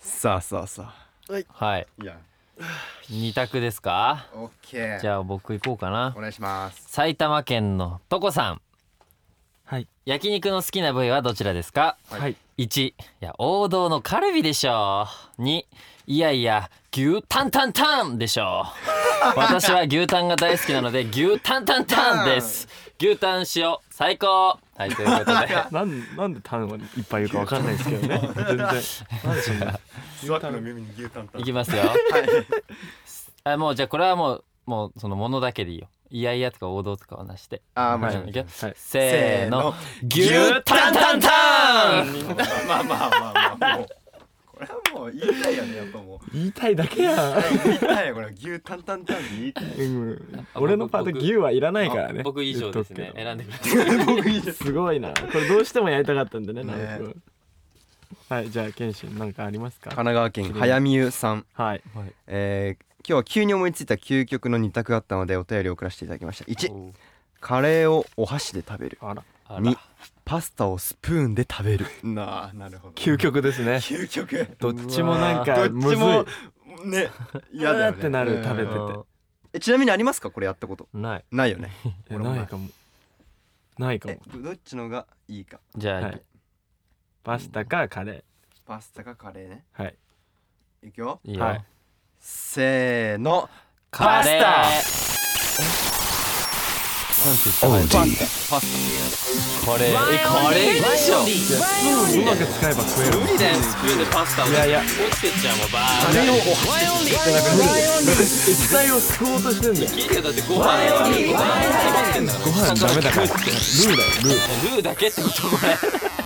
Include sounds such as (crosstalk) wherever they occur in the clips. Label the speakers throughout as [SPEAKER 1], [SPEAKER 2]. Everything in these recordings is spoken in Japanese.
[SPEAKER 1] さあさあさ
[SPEAKER 2] はい
[SPEAKER 3] いや
[SPEAKER 2] 二択ですか
[SPEAKER 3] オッケー
[SPEAKER 2] じゃあ僕行こうかな
[SPEAKER 3] お願いします
[SPEAKER 2] 埼玉県のとこさん
[SPEAKER 1] はい
[SPEAKER 2] 焼肉の好きな部位はどちらですか
[SPEAKER 1] あ
[SPEAKER 3] はい
[SPEAKER 1] はい
[SPEAKER 2] 1いや王道のカルビでしょう2いやいや牛タンタンタンでしょう私は牛タンが大好きなので牛タンタンタンです牛タン塩最高はいということで (laughs)
[SPEAKER 1] なんなんでタンはいっぱい言うかわかんないですけどね (laughs) 全然なんでそんな
[SPEAKER 3] スワックの耳に牛タンタン
[SPEAKER 2] いきますよあもうじゃあこれはもうもうそのものだけでいいよいやいやとか王道とかはなしで
[SPEAKER 3] あーも
[SPEAKER 1] は
[SPEAKER 3] ち
[SPEAKER 1] い、
[SPEAKER 3] ろん
[SPEAKER 1] はい
[SPEAKER 2] いけ
[SPEAKER 1] はい、
[SPEAKER 2] せーの牛
[SPEAKER 3] 牛
[SPEAKER 2] タンタンタン
[SPEAKER 3] まあまあまあまあもうこれはもう言いたいよねやっぱもう
[SPEAKER 1] 言いたいだけや、
[SPEAKER 3] 言いたいよこれ牛タンタンタンって言いたい
[SPEAKER 1] うん、俺のパート
[SPEAKER 2] 僕
[SPEAKER 1] 牛はいらないからね
[SPEAKER 2] 僕以上です
[SPEAKER 1] 言っ
[SPEAKER 2] ね
[SPEAKER 1] とくけど
[SPEAKER 2] 選んでください
[SPEAKER 3] 僕いいです
[SPEAKER 1] すごいなこれどうしてもやりたかったんでね
[SPEAKER 3] ね
[SPEAKER 1] 直君はいじゃあ謙信なんかあります
[SPEAKER 3] 神
[SPEAKER 1] か
[SPEAKER 3] 奈川県早見優さん
[SPEAKER 1] はい
[SPEAKER 3] えー今日は急に思いついた究極の二択あったのでお便りを送らせていただきました1
[SPEAKER 2] おう
[SPEAKER 3] カレーをお箸で食べる
[SPEAKER 1] あら
[SPEAKER 2] あら
[SPEAKER 3] にパスタをスプーンで食べるなあなるほど
[SPEAKER 1] 究極ですね
[SPEAKER 3] 究極
[SPEAKER 1] どっちもなんか
[SPEAKER 3] どっちも
[SPEAKER 1] む
[SPEAKER 3] ね嫌だよ
[SPEAKER 1] うわー
[SPEAKER 3] ね
[SPEAKER 1] ってなる
[SPEAKER 3] うん
[SPEAKER 1] 食べて
[SPEAKER 3] えちなみにありますかこれやったこと
[SPEAKER 2] ない
[SPEAKER 3] ないよね
[SPEAKER 1] え
[SPEAKER 3] 俺も
[SPEAKER 1] ないかもないかも
[SPEAKER 3] えどどっちのがいいか
[SPEAKER 2] じゃあ、
[SPEAKER 1] はいパスタかカレ
[SPEAKER 3] パスタかカレーね
[SPEAKER 1] ーはい
[SPEAKER 3] いくよ
[SPEAKER 2] い、いよ、
[SPEAKER 1] はい
[SPEAKER 3] せーの
[SPEAKER 2] カレー
[SPEAKER 3] パ
[SPEAKER 2] なんて言ったの
[SPEAKER 3] パスタパス
[SPEAKER 2] カレーえカレーでしょ
[SPEAKER 1] うまく使えば食える
[SPEAKER 2] 無理だよスプーンでパスタを
[SPEAKER 1] いやいや
[SPEAKER 2] 落ちてっちゃうもんバ
[SPEAKER 3] タ
[SPEAKER 2] ー
[SPEAKER 3] カレーをお
[SPEAKER 1] 液体を吸おうとしてんだよ
[SPEAKER 2] ッキリだってご飯がご飯が詰まってんだか
[SPEAKER 1] ご飯ダメだからルーだよルー
[SPEAKER 2] らルーだけってことこれ (laughs)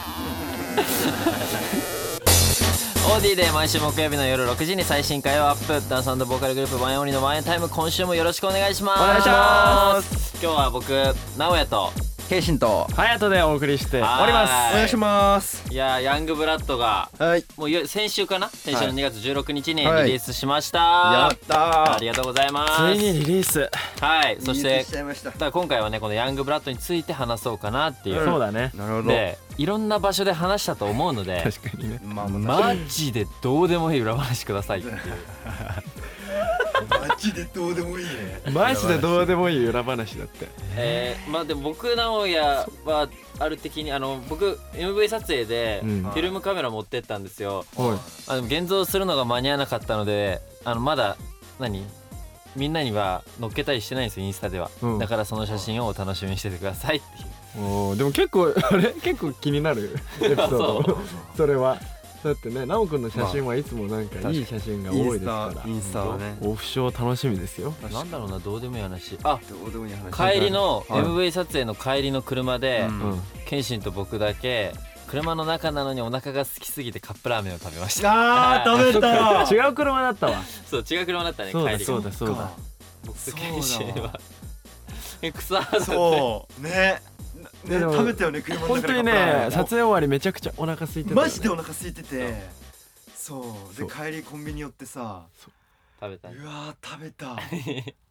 [SPEAKER 2] オーディで毎週木曜日の夜6時に最新回をアップダンスボーカルグループワンオンリーのワンエンタイム今週もよろしくお願いしますお
[SPEAKER 3] 願いします
[SPEAKER 2] 今日は僕直哉と
[SPEAKER 3] タケイシンと
[SPEAKER 1] ハヤトでお送りし
[SPEAKER 2] 終
[SPEAKER 1] て
[SPEAKER 2] わります
[SPEAKER 3] お願いします
[SPEAKER 2] いやーヤングブラッドが
[SPEAKER 3] はい
[SPEAKER 2] もうよ先週かな先週の2月16日にリリ
[SPEAKER 3] はい
[SPEAKER 2] ースしました、
[SPEAKER 3] やった
[SPEAKER 2] ありがとうございます
[SPEAKER 1] ついにリリース
[SPEAKER 2] はいそして
[SPEAKER 3] ちゃいました
[SPEAKER 2] だから今回はねこのヤングブラッドについて話そうかなっていう、
[SPEAKER 1] そうだね
[SPEAKER 3] なるほど
[SPEAKER 2] でいろんな場所で話したと思うので
[SPEAKER 1] 確かにね
[SPEAKER 3] まあま
[SPEAKER 2] マジでどうでもいい裏話くださいっていう
[SPEAKER 3] あマジでどうでもいいね
[SPEAKER 1] マジでどうでもいい裏話だって
[SPEAKER 2] (laughs) えー、まあでも僕直哉はある的にあの僕 MV 撮影で
[SPEAKER 1] う
[SPEAKER 2] フ
[SPEAKER 1] ん
[SPEAKER 2] ィルムカメラ持ってったんですよ、
[SPEAKER 1] おい
[SPEAKER 2] あでも現像するのが間に合わなかったのであのまだ何みんなには載っけたりしてないんですよインスタでは、
[SPEAKER 1] うん
[SPEAKER 2] だからその写真をお楽しみにしててくださいっていう
[SPEAKER 1] おーでも結構 (laughs) あれ結構気になるエピソードそれはだってね奈くんの写真はいつもなんかいい写真が
[SPEAKER 3] イン
[SPEAKER 1] 多
[SPEAKER 3] ス
[SPEAKER 1] いですか
[SPEAKER 3] タ
[SPEAKER 1] ら
[SPEAKER 3] インスタはね
[SPEAKER 1] オフショー楽しみですよ
[SPEAKER 2] なんだろうなどうでもいい話あ
[SPEAKER 3] どうでもいい話
[SPEAKER 2] 帰りの
[SPEAKER 3] はい
[SPEAKER 2] MV 撮影の帰りの車で、
[SPEAKER 3] うん
[SPEAKER 1] うん
[SPEAKER 2] 謙信と僕だけ車の中なのにお腹が空きすぎてカップラーメンを食べました
[SPEAKER 3] あー食べた
[SPEAKER 1] (laughs) 違う車だったわ
[SPEAKER 2] そう違う車だったね
[SPEAKER 1] そう
[SPEAKER 2] 帰
[SPEAKER 1] だ
[SPEAKER 2] り
[SPEAKER 1] そうだそうだ
[SPEAKER 2] 僕
[SPEAKER 3] そ
[SPEAKER 2] と
[SPEAKER 3] うだ
[SPEAKER 2] 謙信はえ (laughs) 草だって
[SPEAKER 3] そうね
[SPEAKER 1] で
[SPEAKER 3] ね
[SPEAKER 1] も
[SPEAKER 3] 食べたよね車の
[SPEAKER 1] 本
[SPEAKER 3] 中
[SPEAKER 1] 当
[SPEAKER 3] で
[SPEAKER 1] にね撮影終わりめちゃくちゃお腹空いてたよね
[SPEAKER 3] マジでお腹空いててそうで
[SPEAKER 1] そう
[SPEAKER 3] 帰りコンビニ寄ってさ
[SPEAKER 2] 食べたね
[SPEAKER 3] うわー食べた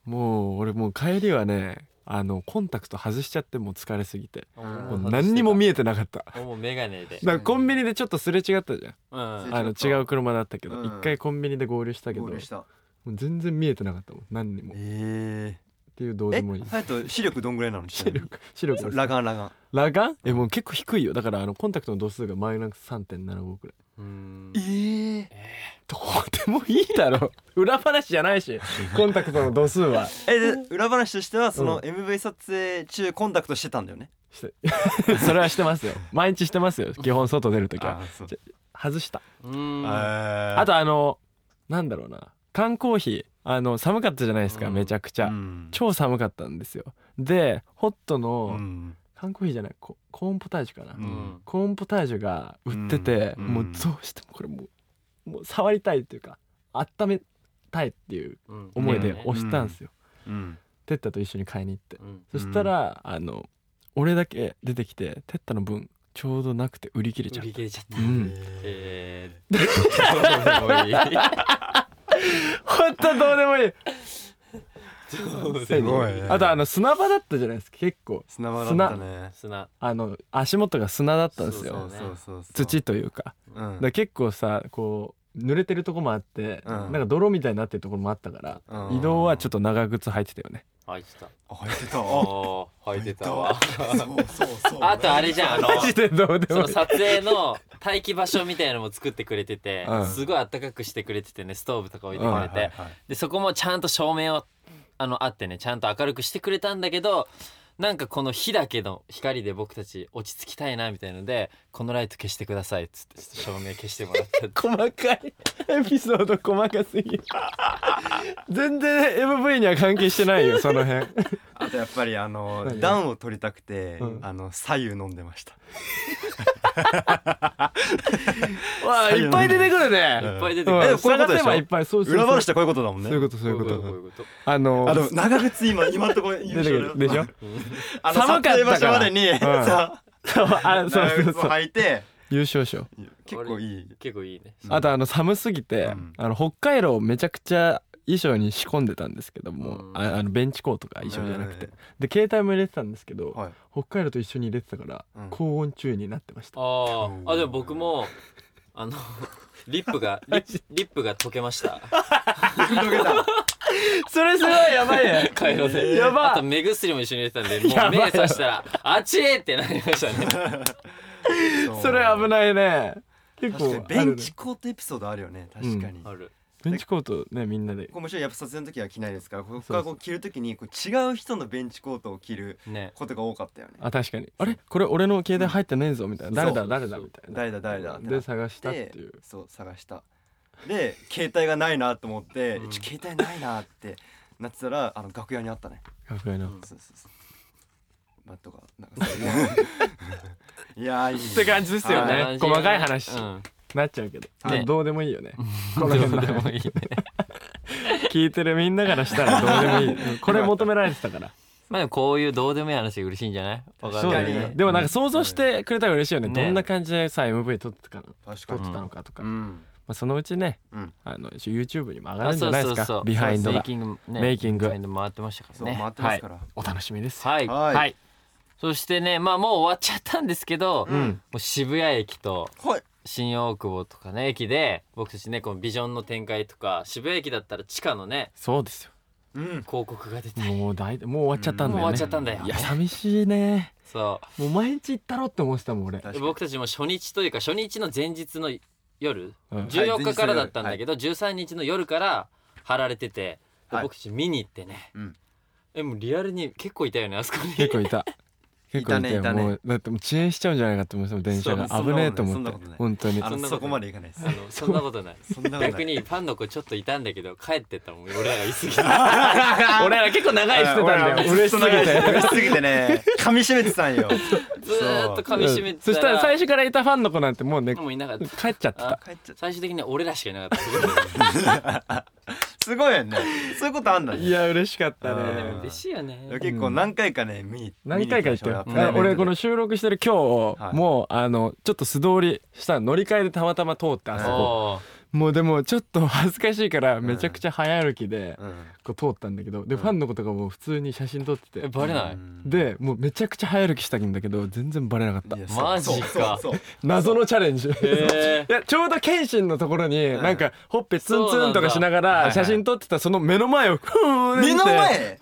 [SPEAKER 1] もう俺もう帰りはねあのコンタクト外しちゃってもう疲れすぎても
[SPEAKER 3] も
[SPEAKER 1] う何にも見
[SPEAKER 2] え
[SPEAKER 1] えてなかった
[SPEAKER 2] もう眼鏡で、
[SPEAKER 1] なんかコンビニでちょっとすれ違ったじゃん
[SPEAKER 2] うん、
[SPEAKER 1] あの
[SPEAKER 3] すれ違った
[SPEAKER 1] 違う車だったけど
[SPEAKER 3] うん
[SPEAKER 1] 一回コンビニで合流したけ
[SPEAKER 3] 合
[SPEAKER 1] ども
[SPEAKER 3] 流
[SPEAKER 1] う
[SPEAKER 3] した
[SPEAKER 1] 全然見えてなかったもん何にもっ
[SPEAKER 3] え
[SPEAKER 1] ていうどう
[SPEAKER 3] え
[SPEAKER 1] でもいい
[SPEAKER 3] ハヤト視力どんぐらいなの
[SPEAKER 1] 視 (laughs) 力視力
[SPEAKER 3] ラガンラガン
[SPEAKER 1] ラガンえもう結構低いよだからあのコンタクトの度数がマイナス3.75くらい
[SPEAKER 2] うん
[SPEAKER 3] えー
[SPEAKER 1] どうでもいいだろ (laughs) 裏話じゃないしコンタクトの度数は
[SPEAKER 3] えで裏話としてはそうの
[SPEAKER 1] ん
[SPEAKER 3] MV 撮影中コンタクトしてたんだよね
[SPEAKER 1] してそれはして (laughs) ますよ毎日してますよ基本外出るときは
[SPEAKER 3] そう
[SPEAKER 1] じ外した
[SPEAKER 2] うん
[SPEAKER 3] あ
[SPEAKER 1] あとあのなんだろうな缶コーヒーあの寒かったじゃないですか、
[SPEAKER 2] うん
[SPEAKER 1] めちゃくちゃ、
[SPEAKER 3] うん
[SPEAKER 1] 超寒かったんですよでホット
[SPEAKER 3] う
[SPEAKER 1] の
[SPEAKER 3] ん
[SPEAKER 1] 缶コーヒーじゃないココーンポタージュかな、
[SPEAKER 3] う
[SPEAKER 2] うんん
[SPEAKER 1] コーンポタージュが売ってて、
[SPEAKER 3] うん
[SPEAKER 1] もううんどうしてもこれもうもう触りたいっていうか温めたいっていう
[SPEAKER 2] うん
[SPEAKER 1] 思いで
[SPEAKER 2] ね
[SPEAKER 1] 押したんですよ、
[SPEAKER 3] うん
[SPEAKER 1] テッタと一緒に買いに行って
[SPEAKER 2] うん
[SPEAKER 1] そしたら、あの俺だけ出てきてテッタの分ちょうどなくて売り切れちゃ
[SPEAKER 2] 売
[SPEAKER 1] っ
[SPEAKER 2] り切れちゃった
[SPEAKER 1] た、うん、
[SPEAKER 2] え
[SPEAKER 1] (laughs) ほんとどうでもいい
[SPEAKER 2] ー
[SPEAKER 3] すごいね
[SPEAKER 1] あとあの砂場だったじゃないですか結構
[SPEAKER 3] 砂場だったね
[SPEAKER 2] 砂
[SPEAKER 1] あの足元が砂だったんです
[SPEAKER 2] 砂
[SPEAKER 1] よ
[SPEAKER 3] そうそうそうそう
[SPEAKER 1] 土というか
[SPEAKER 3] うん
[SPEAKER 1] だから結構さこう濡れてるとこもあって、
[SPEAKER 3] うん
[SPEAKER 1] なんか泥みたいになってるところもあったから、
[SPEAKER 3] うん
[SPEAKER 1] 移動はちょっと長靴履いてたよね
[SPEAKER 2] 履いてた
[SPEAKER 4] あ入ってた
[SPEAKER 2] あ
[SPEAKER 4] あ
[SPEAKER 2] ー履いてた
[SPEAKER 4] わ
[SPEAKER 2] わ
[SPEAKER 4] そうそうそう
[SPEAKER 2] あとあれじゃんあの
[SPEAKER 1] マジでどうで
[SPEAKER 2] そ
[SPEAKER 1] も
[SPEAKER 2] の
[SPEAKER 1] いい
[SPEAKER 2] 撮影の待機場所みたいなのも作ってくれてて、
[SPEAKER 1] うん
[SPEAKER 2] すごいあったかくしてくれててねストーブとか置いてく
[SPEAKER 1] うん
[SPEAKER 2] れて、でそこもちゃんと照明をあのあってねちゃんと明るくしてくれたんだけどなんかこの火だけの光で僕たち落ち着きたいなみたいのでこのライト消してくださいっつってちょっと照明消してもらった
[SPEAKER 1] (laughs) 細かいエピソード細かすぎる全然 MV には関係してないよそ (laughs) の辺
[SPEAKER 3] あとやっぱりあの
[SPEAKER 1] 何
[SPEAKER 3] 暖を取りたくて、
[SPEAKER 1] うん
[SPEAKER 3] あの左右飲んでました。
[SPEAKER 1] わあいっぱい出てくる
[SPEAKER 3] う
[SPEAKER 1] ね
[SPEAKER 3] ん
[SPEAKER 2] いっぱい出てく
[SPEAKER 1] うん
[SPEAKER 2] る、
[SPEAKER 3] えこういうことでしょ
[SPEAKER 1] 探せばいっぱいそうそうそう
[SPEAKER 3] 裏話ってこういうことだもんね。
[SPEAKER 1] そういうことそういうこ
[SPEAKER 2] こういう
[SPEAKER 1] と
[SPEAKER 2] こと
[SPEAKER 1] あの
[SPEAKER 3] あでも長靴
[SPEAKER 1] (laughs)
[SPEAKER 3] 今今のところ
[SPEAKER 1] 出てくるでしょ
[SPEAKER 3] あの
[SPEAKER 1] 寒か
[SPEAKER 3] 撮
[SPEAKER 1] ったから
[SPEAKER 3] 影場所までに、
[SPEAKER 1] ん
[SPEAKER 3] さ
[SPEAKER 1] そう
[SPEAKER 3] (laughs)
[SPEAKER 1] あそう
[SPEAKER 3] 長
[SPEAKER 1] そう
[SPEAKER 3] 靴を
[SPEAKER 1] そう
[SPEAKER 3] 履いて
[SPEAKER 1] 優勝賞
[SPEAKER 3] 結構いい。
[SPEAKER 2] 結構いいね
[SPEAKER 1] あとあの寒すぎて、
[SPEAKER 3] うん
[SPEAKER 1] あの北海道をめちゃくちゃ衣装に仕込んでたんですけども、
[SPEAKER 2] うん
[SPEAKER 1] ああのベンチコートか衣装じゃなくて、
[SPEAKER 3] うん
[SPEAKER 1] で携帯も入れてたんですけど、
[SPEAKER 3] はい
[SPEAKER 1] 北海道と一緒に入れてたから、
[SPEAKER 3] うん
[SPEAKER 1] 高温注意になって
[SPEAKER 3] (laughs)
[SPEAKER 1] ました
[SPEAKER 2] あーあでも僕もあの (laughs) リップがリップリップが溶けま
[SPEAKER 1] (laughs)
[SPEAKER 2] した
[SPEAKER 3] 広げた。
[SPEAKER 1] それすごいやばい (laughs) ね
[SPEAKER 2] 回路で
[SPEAKER 1] やば
[SPEAKER 2] あと目薬も一緒に入れてたんでも
[SPEAKER 1] や
[SPEAKER 2] う
[SPEAKER 1] ばい
[SPEAKER 2] 目さしたらあっちーってなりましたね
[SPEAKER 1] (laughs) それ危ないね結構
[SPEAKER 3] 確かに
[SPEAKER 1] あ
[SPEAKER 3] ベ
[SPEAKER 1] るね
[SPEAKER 3] ンチコートエピソードあるよね確かに、
[SPEAKER 2] ある
[SPEAKER 1] ベンチコートねみんなで
[SPEAKER 3] こうもちろんやっぱ撮影の時は着ないですからここ
[SPEAKER 1] そ
[SPEAKER 3] から
[SPEAKER 1] うそう
[SPEAKER 3] こう着る時にこう違う人のベンチコートを着る
[SPEAKER 2] ね
[SPEAKER 3] ことが多かったよね
[SPEAKER 1] あ確かにあれこれ俺の携帯入ってねえぞみたいな
[SPEAKER 3] そ
[SPEAKER 1] 誰
[SPEAKER 3] う
[SPEAKER 1] だ誰だみたいな
[SPEAKER 3] 誰だ誰だってな
[SPEAKER 1] で
[SPEAKER 3] って
[SPEAKER 1] 探したっていう
[SPEAKER 3] そう探したで携帯がないなと思って、
[SPEAKER 2] うん
[SPEAKER 3] ちょ携帯ないなってなってたらあの楽屋にあったね
[SPEAKER 1] 楽屋の、
[SPEAKER 2] うん
[SPEAKER 3] そうそうそうまあとかなんかそういういやーいいね
[SPEAKER 1] って感じですよね
[SPEAKER 3] はい
[SPEAKER 2] はい
[SPEAKER 1] 細かい話
[SPEAKER 2] うん
[SPEAKER 1] なっちゃうけど、
[SPEAKER 2] ね
[SPEAKER 1] どうでもいいよね
[SPEAKER 2] (laughs) ど
[SPEAKER 1] (laughs) こ
[SPEAKER 2] う
[SPEAKER 1] の
[SPEAKER 2] で
[SPEAKER 1] 辺の
[SPEAKER 2] もいいね
[SPEAKER 1] 聞いてるみんなからしたらどうでも
[SPEAKER 2] (laughs)
[SPEAKER 1] いいこれ求められてたから
[SPEAKER 2] まあでもこういうどうでもいい話が嬉しいんじゃないわかん
[SPEAKER 1] そう
[SPEAKER 2] な
[SPEAKER 1] だ
[SPEAKER 2] いけ
[SPEAKER 1] よ
[SPEAKER 2] ど
[SPEAKER 1] ねでもなんか想像してくれたら嬉しいよね
[SPEAKER 2] ね
[SPEAKER 1] どんな感じでさ MV 撮ってたの
[SPEAKER 3] 確
[SPEAKER 1] 撮
[SPEAKER 3] か
[SPEAKER 1] っ
[SPEAKER 3] に
[SPEAKER 1] てたのかとか、
[SPEAKER 3] う
[SPEAKER 1] ま
[SPEAKER 3] ん
[SPEAKER 1] あ、そのうちね、
[SPEAKER 3] うん
[SPEAKER 1] あの YouTube にも上が
[SPEAKER 2] あ
[SPEAKER 1] るんじ
[SPEAKER 2] そ
[SPEAKER 1] ゃ
[SPEAKER 2] う
[SPEAKER 1] ない
[SPEAKER 2] そ
[SPEAKER 1] で
[SPEAKER 2] う
[SPEAKER 1] す
[SPEAKER 2] そ
[SPEAKER 1] か
[SPEAKER 2] う
[SPEAKER 1] ビハインド
[SPEAKER 2] メイ
[SPEAKER 1] が
[SPEAKER 2] キングね
[SPEAKER 1] メイキング
[SPEAKER 2] ビハインド回ってましたから
[SPEAKER 3] そう、
[SPEAKER 2] ね
[SPEAKER 3] 回ってますから、
[SPEAKER 1] お楽しみですよ
[SPEAKER 2] はい
[SPEAKER 3] は
[SPEAKER 2] はいい、そしてねまあもう終わっちゃったんですけど、
[SPEAKER 1] うん
[SPEAKER 2] もう渋谷駅と
[SPEAKER 3] はい
[SPEAKER 2] 新大久保とかね駅で僕たちねこのビジョンの展開とか渋谷駅だったら地下のね
[SPEAKER 1] そうです
[SPEAKER 3] うん
[SPEAKER 2] 広告が出た
[SPEAKER 1] よ
[SPEAKER 2] り
[SPEAKER 1] もうだいもう終わっちゃったんだよね、
[SPEAKER 2] もう終わっちゃったんだよ
[SPEAKER 1] いや寂しいね
[SPEAKER 2] そ
[SPEAKER 1] もう毎日行ったろって思ってたもん俺
[SPEAKER 3] 確か
[SPEAKER 2] う
[SPEAKER 3] に
[SPEAKER 2] 僕たちも初日というか初日の前日の夜、
[SPEAKER 1] うん
[SPEAKER 2] 14日からだったんだけど、13日の夜から貼られてて、で
[SPEAKER 3] はい
[SPEAKER 2] 僕たち見に行ってね、
[SPEAKER 3] うん
[SPEAKER 2] えもうリアルに結構いたよねあそこに
[SPEAKER 1] (laughs) 結構いた結構いた
[SPEAKER 3] (laughs)
[SPEAKER 1] よ
[SPEAKER 3] いたね
[SPEAKER 1] もうだってもう遅延しちゃうんじゃないかと思ってたもん電車が
[SPEAKER 3] そう
[SPEAKER 1] 危ねえと思
[SPEAKER 3] そん
[SPEAKER 1] っ
[SPEAKER 3] な
[SPEAKER 1] て
[SPEAKER 3] ことない
[SPEAKER 1] 本当に
[SPEAKER 3] あ
[SPEAKER 2] そんな
[SPEAKER 3] の
[SPEAKER 2] こと
[SPEAKER 3] そこまでいかないです
[SPEAKER 2] あのそんなことない
[SPEAKER 3] そんなことない
[SPEAKER 2] 逆にファンの子ちょっといたんだけど帰ってったもん俺らが言い過ぎた俺ら結構長いしてたんだよ
[SPEAKER 1] よ嬉しすぎて
[SPEAKER 3] 嬉しすぎてね噛み締めてた
[SPEAKER 1] (laughs)
[SPEAKER 3] んよ
[SPEAKER 2] ずーっと噛み締め
[SPEAKER 1] うん
[SPEAKER 2] てた
[SPEAKER 1] そ
[SPEAKER 2] ら
[SPEAKER 1] したら最初からいたファンの子なんてもうね
[SPEAKER 2] もういなかった
[SPEAKER 1] 帰っちゃって
[SPEAKER 2] あ
[SPEAKER 1] た
[SPEAKER 3] 帰っちゃっ
[SPEAKER 2] 最終的には俺らしかいなかったすごい
[SPEAKER 3] た (laughs) すごいよねそういうことあんだ
[SPEAKER 1] い
[SPEAKER 3] ね
[SPEAKER 1] や嬉しかった
[SPEAKER 3] う
[SPEAKER 2] で
[SPEAKER 1] ね
[SPEAKER 3] ん
[SPEAKER 2] も嬉しいよね
[SPEAKER 3] 結構何回かね見に
[SPEAKER 1] 何回か行ったよ、
[SPEAKER 3] 見に行きましょうやっぱ
[SPEAKER 1] あ
[SPEAKER 3] ね
[SPEAKER 1] 俺この収録してる今日、
[SPEAKER 3] はい
[SPEAKER 1] もうあのちょっと素通りした乗り換えでたまたま通ってあそこ、
[SPEAKER 2] おー
[SPEAKER 1] もうでもちょっと恥ずかしいからめちゃくちゃ早歩きで
[SPEAKER 3] うん
[SPEAKER 1] こう通ったんだけどで、
[SPEAKER 3] うん
[SPEAKER 1] ファンの子とかも普通に写真撮ってて、
[SPEAKER 2] えバレない
[SPEAKER 1] でもうめちゃくちゃ早歩きしたんだけど全然バレなかった
[SPEAKER 3] いや
[SPEAKER 2] マジ
[SPEAKER 3] そ
[SPEAKER 2] か
[SPEAKER 3] うそうそう
[SPEAKER 1] 謎のチャレンジ、
[SPEAKER 2] え
[SPEAKER 1] いやちょうど謙信のところに、
[SPEAKER 3] ん
[SPEAKER 1] なんかほっぺツンツンとかしな
[SPEAKER 3] そ
[SPEAKER 1] が
[SPEAKER 3] うなん
[SPEAKER 1] ら
[SPEAKER 3] だ
[SPEAKER 1] 写真撮ってたその目の前をふーんって
[SPEAKER 3] 目の前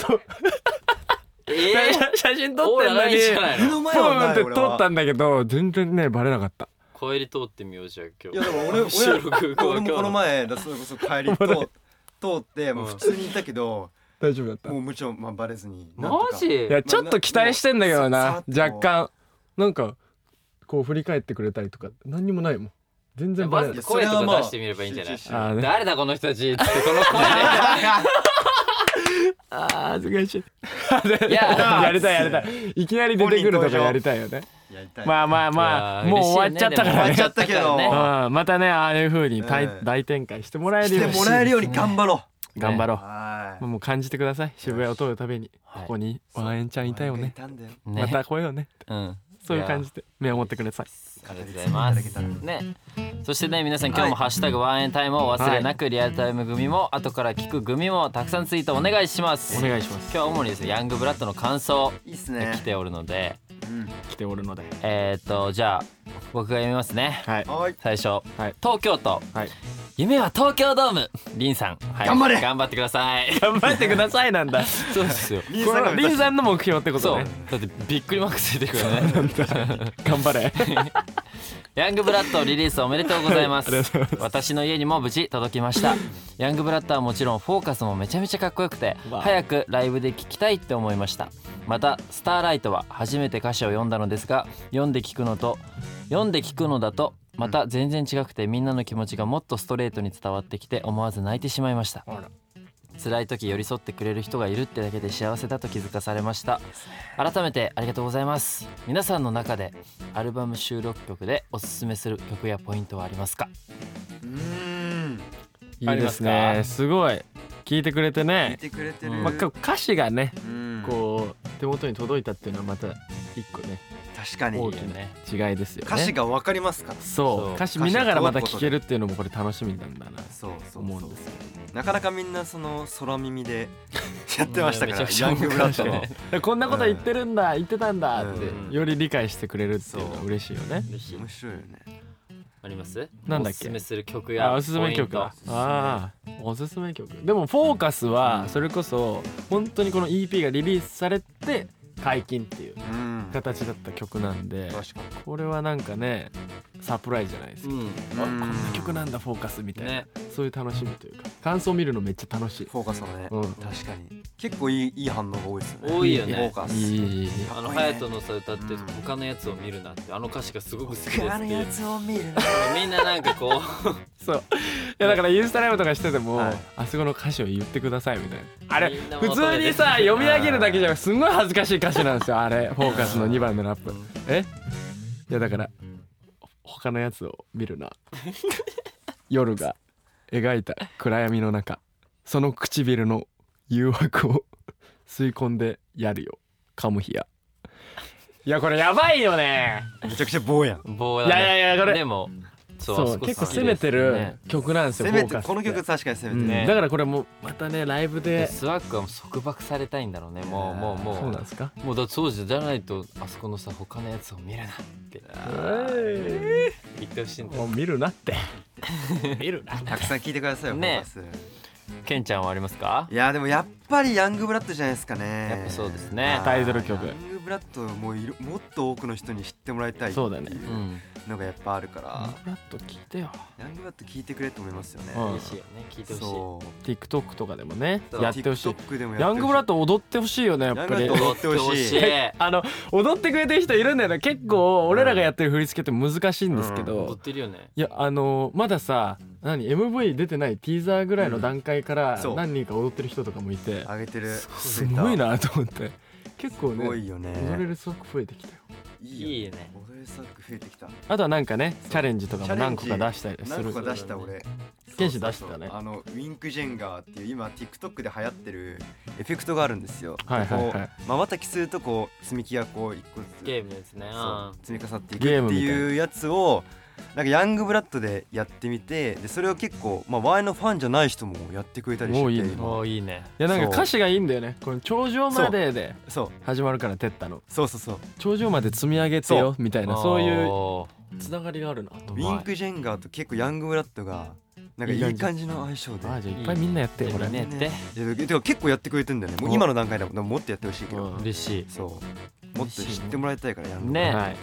[SPEAKER 2] ー、
[SPEAKER 1] いや
[SPEAKER 2] え
[SPEAKER 1] いや写真
[SPEAKER 2] ー、
[SPEAKER 1] 撮っ
[SPEAKER 2] オー
[SPEAKER 1] て
[SPEAKER 2] ラ
[SPEAKER 1] んの
[SPEAKER 2] な
[SPEAKER 1] に
[SPEAKER 2] いじゃない
[SPEAKER 3] 目
[SPEAKER 2] の
[SPEAKER 3] の前
[SPEAKER 1] ふ
[SPEAKER 3] は
[SPEAKER 1] ーん
[SPEAKER 3] な
[SPEAKER 1] っ
[SPEAKER 3] い
[SPEAKER 1] て
[SPEAKER 3] 俺
[SPEAKER 1] 撮
[SPEAKER 3] は
[SPEAKER 1] ったんだけど全然ねバレなかった
[SPEAKER 2] 帰り通ってみようじゃん今
[SPEAKER 3] いや
[SPEAKER 2] 日
[SPEAKER 3] でも俺俺
[SPEAKER 2] 収録
[SPEAKER 3] 俺もこの前だそれこ
[SPEAKER 1] (laughs)
[SPEAKER 3] そ帰りと通ってもう普通にいたけど
[SPEAKER 1] 大丈夫だった
[SPEAKER 3] も
[SPEAKER 1] いう
[SPEAKER 3] もちろんまあバレずに
[SPEAKER 2] マジ
[SPEAKER 3] なんとか
[SPEAKER 1] や、ちょっと期待してんだけど
[SPEAKER 3] まあ
[SPEAKER 1] な
[SPEAKER 3] なな
[SPEAKER 1] 若干なんかこう振り返ってくれたりとか何にもないもん全然バレ
[SPEAKER 2] まず
[SPEAKER 1] ない
[SPEAKER 2] 声とか出してみればいいんじゃない
[SPEAKER 3] 集中し
[SPEAKER 1] あーね
[SPEAKER 2] 誰だこの人たちってこの声
[SPEAKER 1] あー恥ずかしい
[SPEAKER 2] いや
[SPEAKER 1] (laughs) やりたいやりたいいきなり出てくるとかやりたいよね
[SPEAKER 3] (laughs) やりたい
[SPEAKER 1] まあまあ (laughs) まあもう終わっちゃったか
[SPEAKER 3] 終
[SPEAKER 1] ら
[SPEAKER 3] わ
[SPEAKER 1] ね
[SPEAKER 3] っちゃったけど
[SPEAKER 1] うんまたねああいう風に大,、
[SPEAKER 3] うん
[SPEAKER 1] 大展開してもらえる
[SPEAKER 3] 来
[SPEAKER 1] よ
[SPEAKER 3] て
[SPEAKER 1] うに
[SPEAKER 3] もらえるように頑張ろ
[SPEAKER 1] 頑張ろ
[SPEAKER 3] う
[SPEAKER 1] う、
[SPEAKER 3] はい
[SPEAKER 1] もう感じてください渋谷を通るたびに
[SPEAKER 2] はい
[SPEAKER 1] ここにワンエンちゃんいたよ
[SPEAKER 3] 俺がい
[SPEAKER 1] ね、
[SPEAKER 3] たんだよ
[SPEAKER 2] ね
[SPEAKER 1] また来よ
[SPEAKER 3] (laughs)
[SPEAKER 1] うね
[SPEAKER 2] うん
[SPEAKER 1] そういう感じで目を持ってください
[SPEAKER 2] ありがとうございます。ね、そしてね皆さん今日もハッシュタグワンエンタイムをお忘れなく、リアルタイム組も後から聞く組もたくさんツイートお願いします。
[SPEAKER 1] お願いします
[SPEAKER 2] 今日は主にですねヤングブラッドの感想
[SPEAKER 3] いいっす
[SPEAKER 2] 来
[SPEAKER 3] ね
[SPEAKER 2] ておるので、
[SPEAKER 3] うん
[SPEAKER 1] 来ておるので
[SPEAKER 2] えーっとじゃあ僕が読みますね。
[SPEAKER 1] はい
[SPEAKER 3] はい
[SPEAKER 2] 最初、
[SPEAKER 1] はい
[SPEAKER 2] 東京都
[SPEAKER 1] はい
[SPEAKER 2] 夢は東京ドームリンさん、はい、
[SPEAKER 3] 頑張れ
[SPEAKER 2] 頑張ってください
[SPEAKER 1] 頑張ってください
[SPEAKER 3] (laughs)
[SPEAKER 1] なんだ
[SPEAKER 2] そうですよ
[SPEAKER 1] (laughs)
[SPEAKER 3] リン
[SPEAKER 1] こ
[SPEAKER 3] さ
[SPEAKER 1] れ
[SPEAKER 3] ん
[SPEAKER 1] は
[SPEAKER 3] が
[SPEAKER 1] リンさんの目標ってこと
[SPEAKER 2] そう
[SPEAKER 1] ね
[SPEAKER 2] だってびっくりマークついてくるね
[SPEAKER 1] 頑
[SPEAKER 2] (laughs)
[SPEAKER 1] 張れ
[SPEAKER 2] ヤングブラッドリリースおめでとうござい (laughs) ます私の家にも無事届きましたヤングブラッドはもちろんフォーカスもめちゃめちゃかっこよくて
[SPEAKER 1] わあ
[SPEAKER 2] 早くライブで聴きたいって思いましたまた「スターライト」は初めて歌詞を読んだのですが読んで聞くのと読んで聞くのだとまた全然違くてみんなの気持ちがもっとストレートに伝わってきて思わず泣いてしまいました辛い時寄り添ってくれる人がいるってだけで幸せだと気づかされました改めてありがとうございます皆さんの中でアルバム収録曲でおすすめする曲やポイントはありますか
[SPEAKER 3] うん
[SPEAKER 1] いいですねすごい聞いてくれて
[SPEAKER 3] 見
[SPEAKER 1] ね
[SPEAKER 3] てくれてる、
[SPEAKER 2] うん
[SPEAKER 1] まあ、こう歌詞がね
[SPEAKER 3] うん
[SPEAKER 1] こう手元に届いたっていうのはまた一個ね
[SPEAKER 3] 確かに
[SPEAKER 1] 大きな
[SPEAKER 2] ね
[SPEAKER 1] 違いですよね
[SPEAKER 3] 歌詞がわかりますから
[SPEAKER 1] そ
[SPEAKER 2] そう
[SPEAKER 1] う歌詞見ながらまた聴けるっていうのもこれ楽しみなんだな
[SPEAKER 3] そうそうそう
[SPEAKER 1] 思うんですよ
[SPEAKER 3] なかなかみんなその空耳でやってましたから
[SPEAKER 2] めちゃくちゃ
[SPEAKER 3] ヤングブラッドの
[SPEAKER 1] だから (laughs) こんなこと言ってるんだ言ってたんだっ
[SPEAKER 3] うん
[SPEAKER 1] てより理解してくれるっていうのは
[SPEAKER 3] そう
[SPEAKER 1] 嬉しいよね
[SPEAKER 2] 嬉しい
[SPEAKER 3] 面白いよね
[SPEAKER 2] あります
[SPEAKER 1] なんだっけ
[SPEAKER 2] おすすめする曲や
[SPEAKER 1] あおすすめ曲
[SPEAKER 2] ポイン
[SPEAKER 1] だああおすすめ曲でも「フォーカスはそれこそ本当にこの EP がリリースされて解禁っていう
[SPEAKER 3] うん確
[SPEAKER 1] 形だった曲なんで
[SPEAKER 3] かに
[SPEAKER 1] これはなんかねサプライズじゃないです
[SPEAKER 2] ト
[SPEAKER 1] か、
[SPEAKER 2] うん
[SPEAKER 1] あこんな曲なんだ「フォーカス」みたいな、
[SPEAKER 2] ね
[SPEAKER 1] そういう楽しみというか感想見るのめっちゃ楽しい
[SPEAKER 3] フォーカスのね、
[SPEAKER 1] うん
[SPEAKER 3] 確かに結構いいいい反応が多いですよね
[SPEAKER 2] 多いよ
[SPEAKER 3] フォー
[SPEAKER 2] ね
[SPEAKER 3] カス
[SPEAKER 1] いいいいいい
[SPEAKER 2] あの
[SPEAKER 3] かっこいいね
[SPEAKER 2] 隼人のさ歌って
[SPEAKER 3] うん
[SPEAKER 2] 他のやつを見るなってあの歌詞がすごく好きですって
[SPEAKER 3] 他の
[SPEAKER 2] い
[SPEAKER 3] や
[SPEAKER 2] う
[SPEAKER 3] つを見る
[SPEAKER 2] みんななんかこ
[SPEAKER 1] そういやだからインスタライブとかしてても、
[SPEAKER 3] はい
[SPEAKER 1] あそこの歌詞を言ってくださいみたいな (laughs) あれ
[SPEAKER 2] み (laughs) んな
[SPEAKER 1] 普
[SPEAKER 2] 求めて
[SPEAKER 1] 通にさ読み上げるだけじゃすんごい恥ずかしい歌詞なんですよあれ「フォーカス」の2番のラップ
[SPEAKER 2] うん
[SPEAKER 1] えいやだから他のやつを見
[SPEAKER 2] (laughs)
[SPEAKER 1] るな夜が描いた暗闇の中その唇の誘惑を吸い込んでやるよカムヒアいやこれやばいよね
[SPEAKER 3] めちゃくちゃ棒やん
[SPEAKER 2] う棒
[SPEAKER 1] い
[SPEAKER 2] だね
[SPEAKER 1] やいやいやこれ
[SPEAKER 2] でもそう
[SPEAKER 1] そう
[SPEAKER 2] あそこ
[SPEAKER 1] 結構
[SPEAKER 2] 好きです
[SPEAKER 1] 攻めてる
[SPEAKER 2] ね
[SPEAKER 1] 曲なんです
[SPEAKER 3] 攻
[SPEAKER 1] よフォ
[SPEAKER 3] め
[SPEAKER 1] ー
[SPEAKER 3] て
[SPEAKER 1] カス
[SPEAKER 3] この曲確かに攻
[SPEAKER 1] う
[SPEAKER 3] めて
[SPEAKER 1] ん
[SPEAKER 3] る、
[SPEAKER 2] ね
[SPEAKER 1] だからこれもまたねライブで
[SPEAKER 2] スワックはもう束縛されたいんだろうねもうもうもう
[SPEAKER 1] そうなんですか
[SPEAKER 2] もうだってそうじゃないとあそこのさ他のやつを見るなって言ってほしいんだ
[SPEAKER 1] もう見るなって
[SPEAKER 3] (laughs)
[SPEAKER 1] 見るな
[SPEAKER 3] たくさん聞いてくださいよ、
[SPEAKER 2] ね
[SPEAKER 3] フォーカ
[SPEAKER 2] ケンちゃんはありますか
[SPEAKER 3] スいやでもやっぱりヤングブラッドじゃないですかね
[SPEAKER 2] やっぱそうですね
[SPEAKER 1] タイトル曲
[SPEAKER 3] ヤングブラッドもういろもっと多くの人に知ってもらいたい
[SPEAKER 1] そうだね
[SPEAKER 2] うん
[SPEAKER 3] のがやっぱあるから、
[SPEAKER 1] フラッと聞いてよ
[SPEAKER 3] ヤングブラッド聞いてくれって思いますよね、
[SPEAKER 1] うん
[SPEAKER 2] 嬉しいよね聞いてほしい
[SPEAKER 3] そう
[SPEAKER 1] TikTok とかでもね
[SPEAKER 2] そう
[SPEAKER 1] やってほしい
[SPEAKER 3] TikTok でもやって
[SPEAKER 1] ヤ
[SPEAKER 3] ほしい
[SPEAKER 1] ングブラッド踊ってほしいよねやっぱ
[SPEAKER 3] ヤン
[SPEAKER 1] り
[SPEAKER 3] グブラッド踊ってほしい
[SPEAKER 2] 踊っ
[SPEAKER 1] あの踊ってくれてる人いるんだよね結構俺らがやってる振り付けって難しいんですけど、
[SPEAKER 2] 踊ってるよね
[SPEAKER 1] いやあのまださ何 MV 出てないティーザーぐらいの段階から
[SPEAKER 3] んそう
[SPEAKER 1] 何人か踊ってる人とかもいて、
[SPEAKER 3] 上げてる
[SPEAKER 1] すごいなと思って結構
[SPEAKER 3] す
[SPEAKER 1] ね
[SPEAKER 3] ごいよね
[SPEAKER 1] 踊れるすごく増えてきたよ
[SPEAKER 3] よ
[SPEAKER 2] いいね
[SPEAKER 3] 踊れスタッフ増えてきた
[SPEAKER 1] あとはなんかね
[SPEAKER 3] そう
[SPEAKER 1] チャレンジとかも何個か出したりす
[SPEAKER 3] 何
[SPEAKER 1] る
[SPEAKER 3] 個か出した俺
[SPEAKER 1] 剣士出してたね
[SPEAKER 3] あのウィンクジェンガーっていう今 TikTok で流行ってるエフェクトがあるんですよ
[SPEAKER 1] はいはいはい
[SPEAKER 3] まばたきするとこう積み木がこう一個ずつ
[SPEAKER 2] ゲームのやつね
[SPEAKER 3] そう積み重なっていく
[SPEAKER 1] ゲーム
[SPEAKER 3] って
[SPEAKER 1] みたいない
[SPEAKER 3] いうやつをなんかヤングブラッドでやってみてでそれを結構まあワイのファンじゃない人もやってくれたりして
[SPEAKER 1] もういい
[SPEAKER 3] て
[SPEAKER 1] ね
[SPEAKER 2] うん
[SPEAKER 3] 今
[SPEAKER 2] もういいね
[SPEAKER 1] いやなんか歌詞がいいんだよねこの頂上までで
[SPEAKER 3] そう
[SPEAKER 1] 始まるからてったの
[SPEAKER 3] そうそうそう
[SPEAKER 1] 頂上まで積み上げてよみたいなそういう
[SPEAKER 2] お
[SPEAKER 1] つながりがあるなと
[SPEAKER 3] ウ
[SPEAKER 1] 思
[SPEAKER 3] ィンクジェンガーと結構ヤングブラッドがなんかいい感じの相性で
[SPEAKER 1] あじゃあいっぱいみんなやって
[SPEAKER 2] ー
[SPEAKER 1] これ
[SPEAKER 2] ねって
[SPEAKER 3] いやてか結構やってくれてんだよねもう
[SPEAKER 1] お
[SPEAKER 3] 今の段階でもでももっとやってほしいけど、
[SPEAKER 1] うん
[SPEAKER 2] 嬉しい
[SPEAKER 3] そうもっと知ってもらいたいからやん
[SPEAKER 2] ね
[SPEAKER 1] はい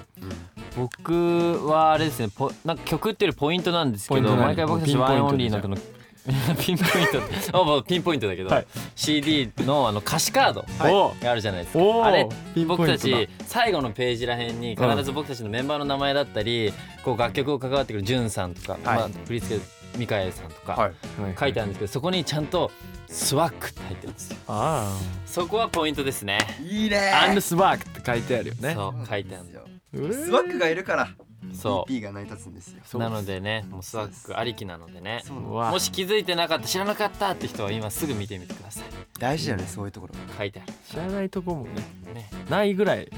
[SPEAKER 2] 僕はあれですねポなんか曲っていうよりポイントなんですけ
[SPEAKER 1] ポイン
[SPEAKER 2] ど
[SPEAKER 1] ト何
[SPEAKER 2] 毎回僕たち
[SPEAKER 1] ピンポ
[SPEAKER 2] ワ
[SPEAKER 1] イント
[SPEAKER 2] ンオンリーのこの (laughs) ピンポイン
[SPEAKER 1] (laughs)
[SPEAKER 2] トってあまあピンポイントだけど、
[SPEAKER 1] はい
[SPEAKER 2] CD のあの歌詞カード
[SPEAKER 3] はい
[SPEAKER 1] お
[SPEAKER 2] があるじゃないですか
[SPEAKER 1] おー
[SPEAKER 2] あれ
[SPEAKER 1] ピンポイント
[SPEAKER 2] 僕
[SPEAKER 1] だ
[SPEAKER 2] たち最後のページらへんに必ず僕たちのメンバーの名前だったりこう楽曲を関わってくるジュンさんとか、まあ、振り付けミカエルさんとか
[SPEAKER 3] い
[SPEAKER 2] 書いてあるんですけどそこにちゃんと「スワックって入ってるんですよ
[SPEAKER 1] あ
[SPEAKER 2] そこはポイントですね
[SPEAKER 3] いい
[SPEAKER 1] あアン
[SPEAKER 3] ね
[SPEAKER 1] ドスワークって書いてあるよね
[SPEAKER 2] そう書いてあるんだ
[SPEAKER 3] よ
[SPEAKER 1] うえ
[SPEAKER 3] スワックがいるから
[SPEAKER 2] そ
[SPEAKER 3] EP が成り立つんですよ
[SPEAKER 1] そう
[SPEAKER 2] なのでねもうスワックありきなのでね
[SPEAKER 3] そうな
[SPEAKER 1] う
[SPEAKER 3] の
[SPEAKER 1] わ
[SPEAKER 2] もし気づいてなかった知らなかったって人は今すぐ見てみてください
[SPEAKER 3] 大事だよねそういうところ
[SPEAKER 2] 書いてあ
[SPEAKER 1] 知らないとこもね
[SPEAKER 2] る
[SPEAKER 1] (laughs)
[SPEAKER 2] ね
[SPEAKER 1] ないぐらい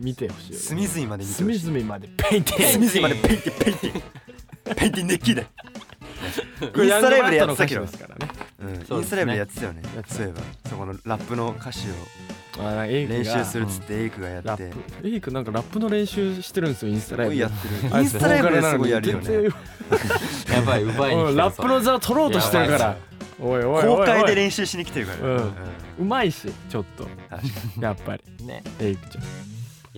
[SPEAKER 1] 見てほしいよね
[SPEAKER 3] 隅々まで見てほし
[SPEAKER 1] 隅
[SPEAKER 3] い
[SPEAKER 1] 々までペインティング
[SPEAKER 3] 隅々までペインテペインテペインテネッキーだよ
[SPEAKER 1] これ
[SPEAKER 3] (laughs) インスタライブでやってたけ
[SPEAKER 1] ヤン
[SPEAKER 3] ど
[SPEAKER 1] グバットの歌詞ですからね
[SPEAKER 3] うんイ
[SPEAKER 2] そうですね
[SPEAKER 3] ンスタライブでやってたよね
[SPEAKER 1] やってた
[SPEAKER 3] そういえばそこのラップの歌詞を
[SPEAKER 1] ああエイクが
[SPEAKER 3] 練習するっつってエイクがや
[SPEAKER 1] ラ
[SPEAKER 3] っ
[SPEAKER 1] ッ
[SPEAKER 3] て
[SPEAKER 1] プエイクなんかラップの練習してるんですよインスタラ
[SPEAKER 3] すご
[SPEAKER 1] イブ
[SPEAKER 3] いやっ
[SPEAKER 1] あ
[SPEAKER 3] てる
[SPEAKER 1] い
[SPEAKER 3] インスタライブですごいやるよ
[SPEAKER 1] ボーカルなのに
[SPEAKER 3] ね
[SPEAKER 2] やばい奪いに来て
[SPEAKER 1] 全然うん
[SPEAKER 2] る
[SPEAKER 1] ラップの座取ろうとしてるか
[SPEAKER 2] やば
[SPEAKER 1] らおいおいおいおい
[SPEAKER 3] 公開で練習しに来てるから
[SPEAKER 1] うん
[SPEAKER 3] うん
[SPEAKER 1] うまいしちょっと
[SPEAKER 3] 確かに
[SPEAKER 1] やっぱり
[SPEAKER 2] ね
[SPEAKER 1] エイクちゃん
[SPEAKER 2] い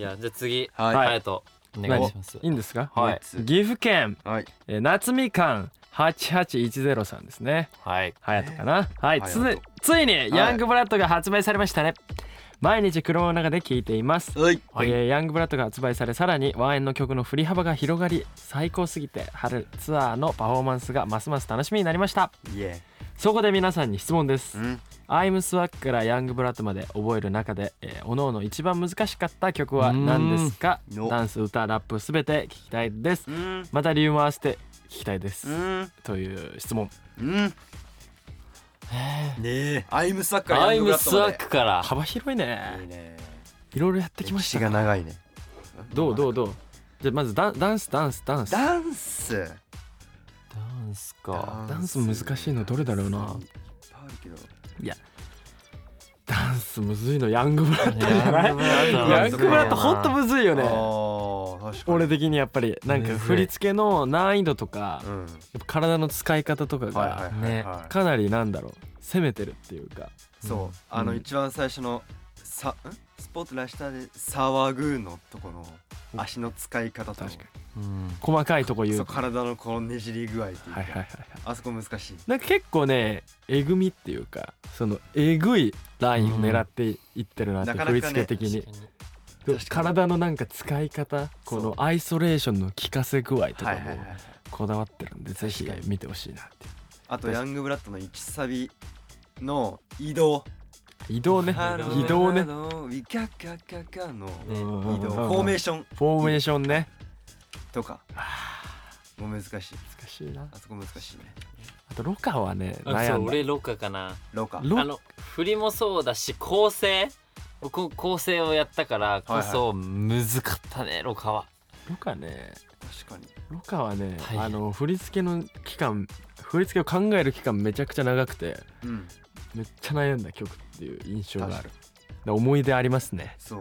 [SPEAKER 2] やじゃあ次
[SPEAKER 3] はい
[SPEAKER 2] 隼人お願いします
[SPEAKER 1] いいんですか
[SPEAKER 2] はい
[SPEAKER 1] 岐阜県、
[SPEAKER 3] はい
[SPEAKER 1] えー、夏みかん8810さんですね
[SPEAKER 2] はい
[SPEAKER 1] ハヤトかな、はい
[SPEAKER 3] ハヤ
[SPEAKER 1] つ
[SPEAKER 3] ト
[SPEAKER 1] ついにヤングブラッドが発売されましたね、毎日車の中で聴いています
[SPEAKER 3] はい
[SPEAKER 2] はい
[SPEAKER 1] えーヤングブラッドが発売されさらにワンエンの曲の振り幅が広がり最高すぎて春ツアーのパフォーマンスがますます楽しみになりました
[SPEAKER 3] イエ
[SPEAKER 1] そこで皆さんに質問です
[SPEAKER 3] ーうん
[SPEAKER 1] アイムスワックからヤングブラッドまで覚える中で、えー、おのおの一番難しかった曲は何ですか
[SPEAKER 3] うーんの
[SPEAKER 1] ダンス歌ラップすべて聞きたいです
[SPEAKER 3] うん
[SPEAKER 1] また理由も合わせて聞きたいです
[SPEAKER 3] うん
[SPEAKER 1] という質問
[SPEAKER 3] うんねえアイムサッカー
[SPEAKER 2] ア
[SPEAKER 3] ヤ
[SPEAKER 2] イ
[SPEAKER 3] ングブ
[SPEAKER 2] ム
[SPEAKER 3] ラッド
[SPEAKER 2] スワ
[SPEAKER 3] ま
[SPEAKER 2] ッ
[SPEAKER 3] で
[SPEAKER 2] クから
[SPEAKER 1] 幅広い
[SPEAKER 3] いい
[SPEAKER 1] ね
[SPEAKER 3] ね
[SPEAKER 1] いろいろやってきま
[SPEAKER 3] 歴
[SPEAKER 1] し
[SPEAKER 3] 史
[SPEAKER 1] たが
[SPEAKER 3] が長いね
[SPEAKER 1] どうどうどうじゃあまずダンダンスダンスダンス
[SPEAKER 3] ダンス
[SPEAKER 2] ダンスか
[SPEAKER 1] ダンス難しいのどれだろうない
[SPEAKER 3] っぱいあるけど
[SPEAKER 1] ダンスむずいのヤングブラッド
[SPEAKER 2] ヤ
[SPEAKER 1] ヤングブラッドほんとむずいよ
[SPEAKER 3] あ
[SPEAKER 1] ね
[SPEAKER 3] あ確かに
[SPEAKER 1] 俺的にやっぱりなんか振り付けの難易度とか
[SPEAKER 3] うん
[SPEAKER 1] やっぱ体の使い方とか
[SPEAKER 3] はいはい
[SPEAKER 1] が
[SPEAKER 3] はいはい
[SPEAKER 1] かなりなんだろう攻めてるっていうか
[SPEAKER 3] そうあの一番最初のさんスポットライト下で騒ぐのとこの足の使い方と
[SPEAKER 1] 確か
[SPEAKER 2] うん
[SPEAKER 1] 細かいとこ言
[SPEAKER 3] そうう体のこのねじり具合っていうか
[SPEAKER 1] はいはいはいはい
[SPEAKER 3] あそこ難しい
[SPEAKER 1] なんか結構ねえぐみっていうかそのえぐいラインを狙っていってるなって
[SPEAKER 3] うんな
[SPEAKER 1] 振
[SPEAKER 3] かな
[SPEAKER 1] り
[SPEAKER 3] か
[SPEAKER 1] 付
[SPEAKER 3] ね
[SPEAKER 1] け的
[SPEAKER 2] 確
[SPEAKER 1] に
[SPEAKER 2] かに
[SPEAKER 1] そう
[SPEAKER 3] 確かに
[SPEAKER 1] 体のなんか使い方
[SPEAKER 3] そ
[SPEAKER 1] こ
[SPEAKER 3] う
[SPEAKER 1] のアイソレーションの効かせ具合と
[SPEAKER 3] は
[SPEAKER 1] か
[SPEAKER 3] いはいは
[SPEAKER 1] も
[SPEAKER 3] い
[SPEAKER 1] こだわってるんでぜひ
[SPEAKER 3] 確かに
[SPEAKER 1] 見てほしいなってい
[SPEAKER 3] あとヤングブラッドの1サビの移動
[SPEAKER 1] う移動ね
[SPEAKER 3] ハロー
[SPEAKER 1] 移動ね
[SPEAKER 3] ハローウィキャッキャッキャッキャの
[SPEAKER 1] うん
[SPEAKER 3] 移動フォーメーション
[SPEAKER 1] フォーメーションね
[SPEAKER 3] とかもう難しい
[SPEAKER 1] 難しいな
[SPEAKER 3] あそこ難しいね
[SPEAKER 1] あとロカはね
[SPEAKER 2] あそ
[SPEAKER 1] 悩
[SPEAKER 2] うん
[SPEAKER 1] だ
[SPEAKER 2] 俺ロッカかな
[SPEAKER 3] ロカ
[SPEAKER 1] ロ
[SPEAKER 2] あの振りもそうだし構成こ構成をやったからこそ難かったねロカは
[SPEAKER 1] ロカね
[SPEAKER 3] 確かに
[SPEAKER 1] ロカはね
[SPEAKER 2] 大変
[SPEAKER 1] あの振り付けの期間振り付けを考える期間めちゃくちゃ長くて
[SPEAKER 3] うん
[SPEAKER 1] めっちゃ悩んだ曲っていう印象があ
[SPEAKER 3] 確か
[SPEAKER 1] る
[SPEAKER 3] に
[SPEAKER 1] で思い出ありますね
[SPEAKER 3] そう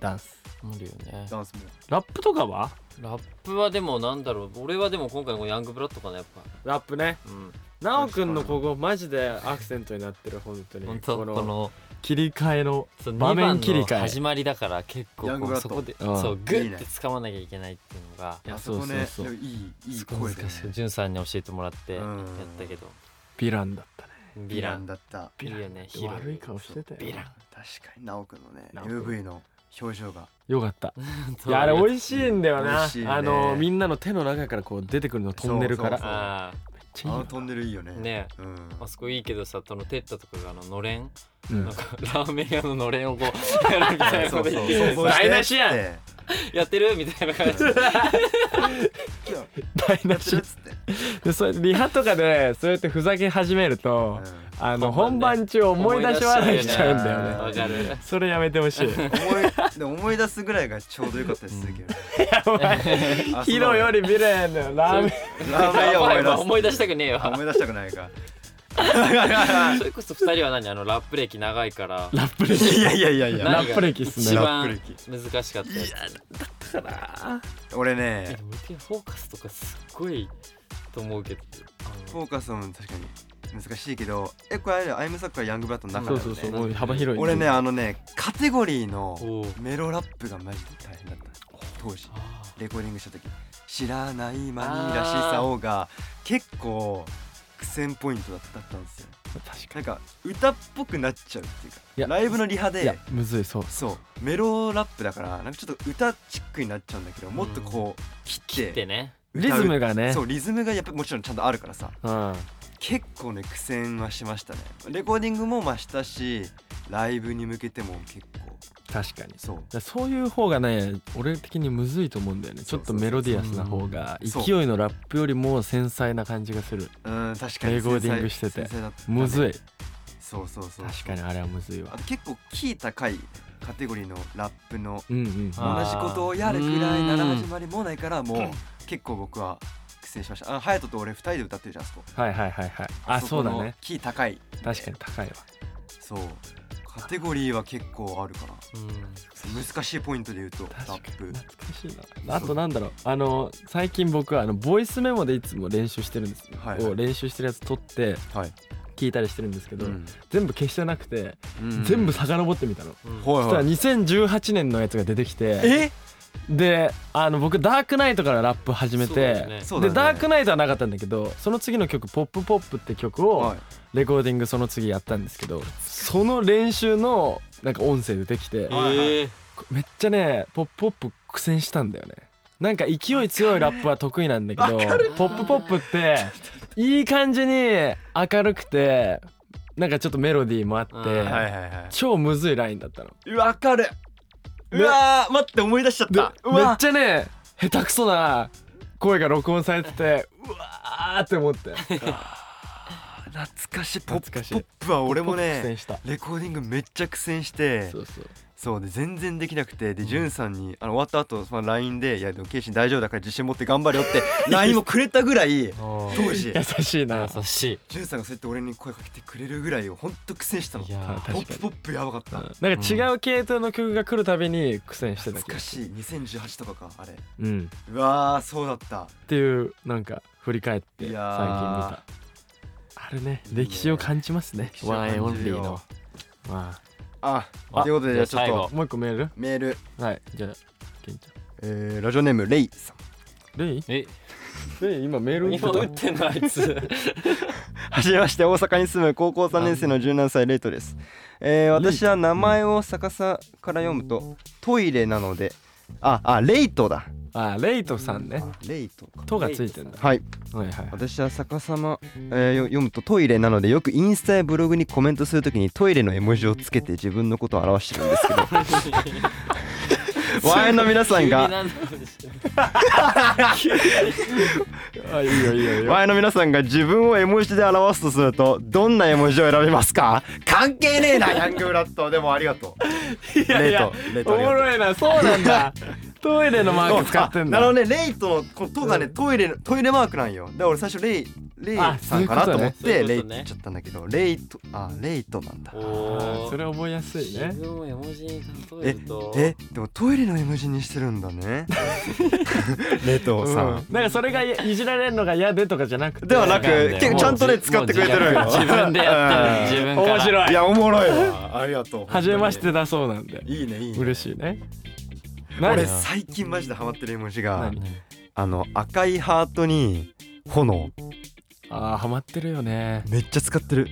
[SPEAKER 1] ダンス
[SPEAKER 2] 無理よね
[SPEAKER 3] ダンスも
[SPEAKER 1] ラップとかは
[SPEAKER 2] ラップはでもなんだろう俺はでも今回のヤングブラッドかなやっぱ
[SPEAKER 1] ラップね
[SPEAKER 2] うん
[SPEAKER 1] なおくんのここマジでアクセントになってる本当に
[SPEAKER 2] 本当こ
[SPEAKER 1] こ
[SPEAKER 2] の
[SPEAKER 1] の切り替えの
[SPEAKER 2] そう
[SPEAKER 1] 場面
[SPEAKER 2] 2番
[SPEAKER 1] 切り
[SPEAKER 2] の
[SPEAKER 1] 替え
[SPEAKER 2] 始まりだから結
[SPEAKER 3] ヤ
[SPEAKER 2] 構
[SPEAKER 3] ング
[SPEAKER 2] こ
[SPEAKER 3] ブ
[SPEAKER 2] う
[SPEAKER 3] ラッ
[SPEAKER 2] そ
[SPEAKER 3] ド
[SPEAKER 2] こで
[SPEAKER 1] うん
[SPEAKER 2] そうグ
[SPEAKER 3] いい
[SPEAKER 2] ッ
[SPEAKER 3] ね
[SPEAKER 2] て掴まなきゃいけないっていうのが
[SPEAKER 1] や
[SPEAKER 3] あそこね
[SPEAKER 1] そうそうそう
[SPEAKER 3] でもいいいい
[SPEAKER 2] すご
[SPEAKER 3] 声
[SPEAKER 2] い
[SPEAKER 3] で
[SPEAKER 2] 難しいジュンさんに教えてもらってや
[SPEAKER 3] うん
[SPEAKER 2] ったけど
[SPEAKER 1] ヴィランだったね
[SPEAKER 2] ヴ
[SPEAKER 3] ヴィ
[SPEAKER 2] ィ
[SPEAKER 3] ラ
[SPEAKER 2] ラ
[SPEAKER 3] ン
[SPEAKER 2] ン
[SPEAKER 3] だった
[SPEAKER 2] いいよねヒロ
[SPEAKER 1] 悪い顔してたよ
[SPEAKER 2] ヴィラン
[SPEAKER 3] 確かに直くんのね
[SPEAKER 1] ナオ君
[SPEAKER 3] MV の表情が
[SPEAKER 1] よかったい
[SPEAKER 2] そう
[SPEAKER 1] やあれ美味しいんだよ
[SPEAKER 3] うん美
[SPEAKER 1] な、
[SPEAKER 3] 味しいね
[SPEAKER 1] あのみんなの手の中からこう出てくるのトンネルから
[SPEAKER 3] そうそう
[SPEAKER 2] あ
[SPEAKER 1] めっち
[SPEAKER 3] あ
[SPEAKER 1] ゃいい
[SPEAKER 3] の
[SPEAKER 1] よ
[SPEAKER 3] トンネルいいよね
[SPEAKER 2] ね
[SPEAKER 3] うん
[SPEAKER 2] ーあそこいいけどさそのテッタとかがあののれん
[SPEAKER 1] うん
[SPEAKER 2] なんかラーメン屋ののれ
[SPEAKER 1] (laughs)
[SPEAKER 2] んをこうやるみたいな
[SPEAKER 3] そ
[SPEAKER 2] こ
[SPEAKER 3] うそ
[SPEAKER 2] と
[SPEAKER 3] う
[SPEAKER 2] 言
[SPEAKER 3] 想
[SPEAKER 2] って
[SPEAKER 3] 像して
[SPEAKER 1] 台無しやん
[SPEAKER 3] って
[SPEAKER 2] やってるみたいな感じで
[SPEAKER 3] やってる
[SPEAKER 1] 台無し
[SPEAKER 3] っつって
[SPEAKER 1] でそれリハとかでそうやってふざけ始めると、あの
[SPEAKER 2] 本
[SPEAKER 1] 本
[SPEAKER 2] 番
[SPEAKER 1] 番中 (laughs) 思い出し笑いしちゃうんだ
[SPEAKER 3] 思い出しちゃうよ
[SPEAKER 1] よ
[SPEAKER 3] ね
[SPEAKER 2] わ
[SPEAKER 1] ね
[SPEAKER 2] かる
[SPEAKER 1] それやめてほしい (laughs)
[SPEAKER 3] 思いでも思い出すぐらいがちょうどよかったりするけど
[SPEAKER 1] やばい
[SPEAKER 3] あ
[SPEAKER 1] ヒロより未来のラーメン
[SPEAKER 3] そうラーメン屋思い
[SPEAKER 2] や
[SPEAKER 3] 出
[SPEAKER 2] ばい
[SPEAKER 3] す
[SPEAKER 2] 思い出したくねえわ
[SPEAKER 3] 思い出したくないか (laughs)
[SPEAKER 2] それこそ2人は何あのラップ歴長いから
[SPEAKER 1] ラップ歴
[SPEAKER 3] いやいやいやいや
[SPEAKER 1] ラップ歴っすね
[SPEAKER 2] 一番
[SPEAKER 3] ラッ
[SPEAKER 2] 難しかったやつ
[SPEAKER 3] 俺
[SPEAKER 2] え
[SPEAKER 3] ね
[SPEAKER 2] でも俺フォーカスとかすっごいと思うけどあ
[SPEAKER 3] フ
[SPEAKER 2] の
[SPEAKER 3] ォーカスも確かに難しいけどえこれあれだよアイムサッカーヤングブラッドの中だ
[SPEAKER 1] そ
[SPEAKER 3] よ
[SPEAKER 1] う
[SPEAKER 3] ね
[SPEAKER 1] そうそうもう幅広い
[SPEAKER 3] 俺ねあのねカテゴリーの
[SPEAKER 2] おう
[SPEAKER 3] メロラップがマジで大変だった当時
[SPEAKER 2] あ
[SPEAKER 3] レコーディングした時知らないマニーらしさをが結構苦戦ポイントだったんですよ
[SPEAKER 1] 確か
[SPEAKER 3] なんか歌っぽくなっちゃうっていうか
[SPEAKER 1] いや
[SPEAKER 3] ライブのリハ
[SPEAKER 1] にいや
[SPEAKER 3] で
[SPEAKER 1] むずいそう
[SPEAKER 3] そうメロラップだからなんかちょっと歌チックになっちゃうんだけどもっとこう切
[SPEAKER 2] ー
[SPEAKER 3] っ
[SPEAKER 2] って
[SPEAKER 3] て
[SPEAKER 2] ね
[SPEAKER 1] リズムがね
[SPEAKER 3] そうリズムがやっぱもちろんちゃんとあるからさ
[SPEAKER 1] うん
[SPEAKER 3] 結構ね苦戦はしましたねレコーディングもまあしたしライブに向けても結構
[SPEAKER 1] 確かに
[SPEAKER 3] そう
[SPEAKER 1] だからそういう方がね俺的にむずいと思うんだよねちょっとメロディアスな方が
[SPEAKER 3] そうそうそう
[SPEAKER 1] 勢いのラップよりも繊細な感じがする
[SPEAKER 3] うん確かに
[SPEAKER 1] レコーディングしてて
[SPEAKER 3] 繊細だったね
[SPEAKER 1] むずい
[SPEAKER 3] そうそうそう
[SPEAKER 1] 確かにあれはむずいわ
[SPEAKER 3] あと結構キー高いカテゴリーのラップの
[SPEAKER 1] うんうん
[SPEAKER 2] あ
[SPEAKER 3] 同
[SPEAKER 2] ー
[SPEAKER 3] じことをやるくらいなら始まりもないからもう結構僕は苦戦しましたあ隼人と俺2人で歌ってるじゃんあそこ
[SPEAKER 1] はいはいはいはいあそうだ
[SPEAKER 3] この
[SPEAKER 1] ね
[SPEAKER 3] キー高い
[SPEAKER 1] 確かに高いわ
[SPEAKER 3] そうカテゴリーは結構あるかな
[SPEAKER 2] うん
[SPEAKER 3] 難しいポイントで言うとラップ
[SPEAKER 1] 懐かしいなあとなんだろうあの最近僕はあのボイスメモでいつも練習してるんですよ、
[SPEAKER 3] はいはい
[SPEAKER 1] を練習してるやつ撮って
[SPEAKER 3] はい、
[SPEAKER 1] 聞いたりしてるんですけど、全部消してなくて、
[SPEAKER 3] うん
[SPEAKER 1] 全部遡ってみたの、
[SPEAKER 2] うん
[SPEAKER 3] ほい
[SPEAKER 1] そした
[SPEAKER 3] ほ
[SPEAKER 1] ら
[SPEAKER 3] い
[SPEAKER 1] 2018年のやつが出てきて
[SPEAKER 3] え
[SPEAKER 1] であの僕ダークナイトからラップ始め
[SPEAKER 2] そ
[SPEAKER 1] て
[SPEAKER 2] うだよね
[SPEAKER 3] そうだ
[SPEAKER 1] で
[SPEAKER 3] ね
[SPEAKER 1] ダークナイトはなかったんだけどその次の曲「ポップポップって曲を
[SPEAKER 3] はい
[SPEAKER 1] レコーディングその次やったんですけどその練習のなんか音声出てきて
[SPEAKER 2] え
[SPEAKER 3] はいはい
[SPEAKER 2] ー
[SPEAKER 1] めっちゃね「ポップポップ苦戦したんだよねなんか勢い強いラップは得意なんだけど「ポップポップっていい感じに明るくてなんかちょっとメロディーもあって、
[SPEAKER 2] うん
[SPEAKER 3] はいはいは
[SPEAKER 1] 超むずいラインだったの。
[SPEAKER 3] いわかるうわー待って思い出しちゃっ
[SPEAKER 1] で
[SPEAKER 3] たう
[SPEAKER 1] めっ
[SPEAKER 3] わ
[SPEAKER 1] ちゃね下手くそな声が録音されててうわーって思って
[SPEAKER 3] 懐かしいポップ
[SPEAKER 1] 懐かしい
[SPEAKER 3] ポップは俺も
[SPEAKER 1] 苦戦
[SPEAKER 3] ね
[SPEAKER 1] した
[SPEAKER 3] レコーディングめっちゃ苦戦して
[SPEAKER 1] そうそう
[SPEAKER 3] そうで全然できなくてで、ジュンさんにあの終わった後、まあ LINE で「いやでもケイシン大丈夫だから自信持って頑張れよ」って
[SPEAKER 1] (laughs)
[SPEAKER 3] LINE もくれたぐらい
[SPEAKER 2] あー
[SPEAKER 3] 当時
[SPEAKER 1] 優しいな
[SPEAKER 2] 優しい
[SPEAKER 3] ジュンさんがそうやって俺に声かけてくれるぐらいよほんと苦戦したの
[SPEAKER 2] い
[SPEAKER 3] ポ
[SPEAKER 2] や
[SPEAKER 1] 確
[SPEAKER 3] ッ
[SPEAKER 1] か
[SPEAKER 3] プ
[SPEAKER 1] に
[SPEAKER 3] ポップやばかった、
[SPEAKER 1] なんか違う系統の曲が来るたびに苦戦してた
[SPEAKER 3] 懐
[SPEAKER 1] けど
[SPEAKER 3] かしい2018とかかあれ
[SPEAKER 1] うん
[SPEAKER 3] うわーそうだった
[SPEAKER 1] っていうなんか振り返って最近
[SPEAKER 3] い
[SPEAKER 1] 見た
[SPEAKER 3] やー
[SPEAKER 1] あれね歴史を感じますね
[SPEAKER 3] 歴史を
[SPEAKER 1] ワ
[SPEAKER 3] 感じ
[SPEAKER 1] ン
[SPEAKER 3] る
[SPEAKER 1] エン
[SPEAKER 3] よ
[SPEAKER 1] オンリーのま
[SPEAKER 3] あ
[SPEAKER 2] あ
[SPEAKER 3] ということでじゃあちょっ
[SPEAKER 2] じゃあ
[SPEAKER 3] と
[SPEAKER 2] 最
[SPEAKER 1] あもう一個メール
[SPEAKER 3] メール、
[SPEAKER 1] はいじゃあケンち
[SPEAKER 3] えーラジオネームレイさん
[SPEAKER 1] ゃんレイ
[SPEAKER 2] え
[SPEAKER 1] レイ今メール打って
[SPEAKER 2] 今
[SPEAKER 1] た
[SPEAKER 2] 打ってんのあいつ
[SPEAKER 3] はじめまして大阪に住む高校3年生の17歳レイトです、えー私は名前を逆さから読むとトイレなのでああレイトだ
[SPEAKER 1] あレイトさんね
[SPEAKER 3] レイトか
[SPEAKER 1] とがついてんだ
[SPEAKER 3] はい
[SPEAKER 1] はいはい
[SPEAKER 3] 私は逆さま、えーよ読むとトイレなのでよくインスタやブログにコメントするときにトイレの絵文字をつけて自分のことを表してるんですけ (laughs) どワインの皆さんが
[SPEAKER 1] あいいよいいよいいよ
[SPEAKER 3] 前の皆さんが自分を絵文字で表すとするとどんな絵文字を選びますか関係ねえなヤングブラッドでもありがとうレイトレイ
[SPEAKER 1] お
[SPEAKER 3] トありが
[SPEAKER 1] も
[SPEAKER 3] とう
[SPEAKER 1] ろいなそうなんだ (laughs) トイレのマーク使ってん
[SPEAKER 3] あな
[SPEAKER 1] だ
[SPEAKER 3] るほどねレイトのこの「と」がねトイレトイレマークなんよだから俺最初レイレイ
[SPEAKER 1] あ
[SPEAKER 3] さんかなと思っ
[SPEAKER 2] そうい
[SPEAKER 3] てレイっ
[SPEAKER 2] うことね
[SPEAKER 3] て言っちゃったんだけどレイトあレイトなんだ
[SPEAKER 2] お
[SPEAKER 1] あ
[SPEAKER 2] お
[SPEAKER 1] それ覚えやすいね
[SPEAKER 2] 自分を絵文字に例え
[SPEAKER 3] え
[SPEAKER 2] ると
[SPEAKER 3] えでもトイレの絵文字にしてるんだねレイトさん、
[SPEAKER 1] うんなんかそれがいじられるのが嫌でとかじゃなくて
[SPEAKER 3] ではなく
[SPEAKER 2] なんだよ
[SPEAKER 3] 結構ちゃんと
[SPEAKER 2] も
[SPEAKER 3] ね
[SPEAKER 2] うじ
[SPEAKER 3] 使ってくれてるよ
[SPEAKER 2] もう自分でやったのに自分から
[SPEAKER 1] 面白い
[SPEAKER 3] いやおもろいわありがとう
[SPEAKER 1] 初めましてだそうなんで
[SPEAKER 3] いいねいいね
[SPEAKER 1] 嬉しいね
[SPEAKER 3] 俺
[SPEAKER 1] 何
[SPEAKER 3] 最近マジでハマってる絵文字が
[SPEAKER 1] 何
[SPEAKER 3] あの赤いハートに炎
[SPEAKER 1] あーハマってるよね
[SPEAKER 3] めっちゃ使ってる、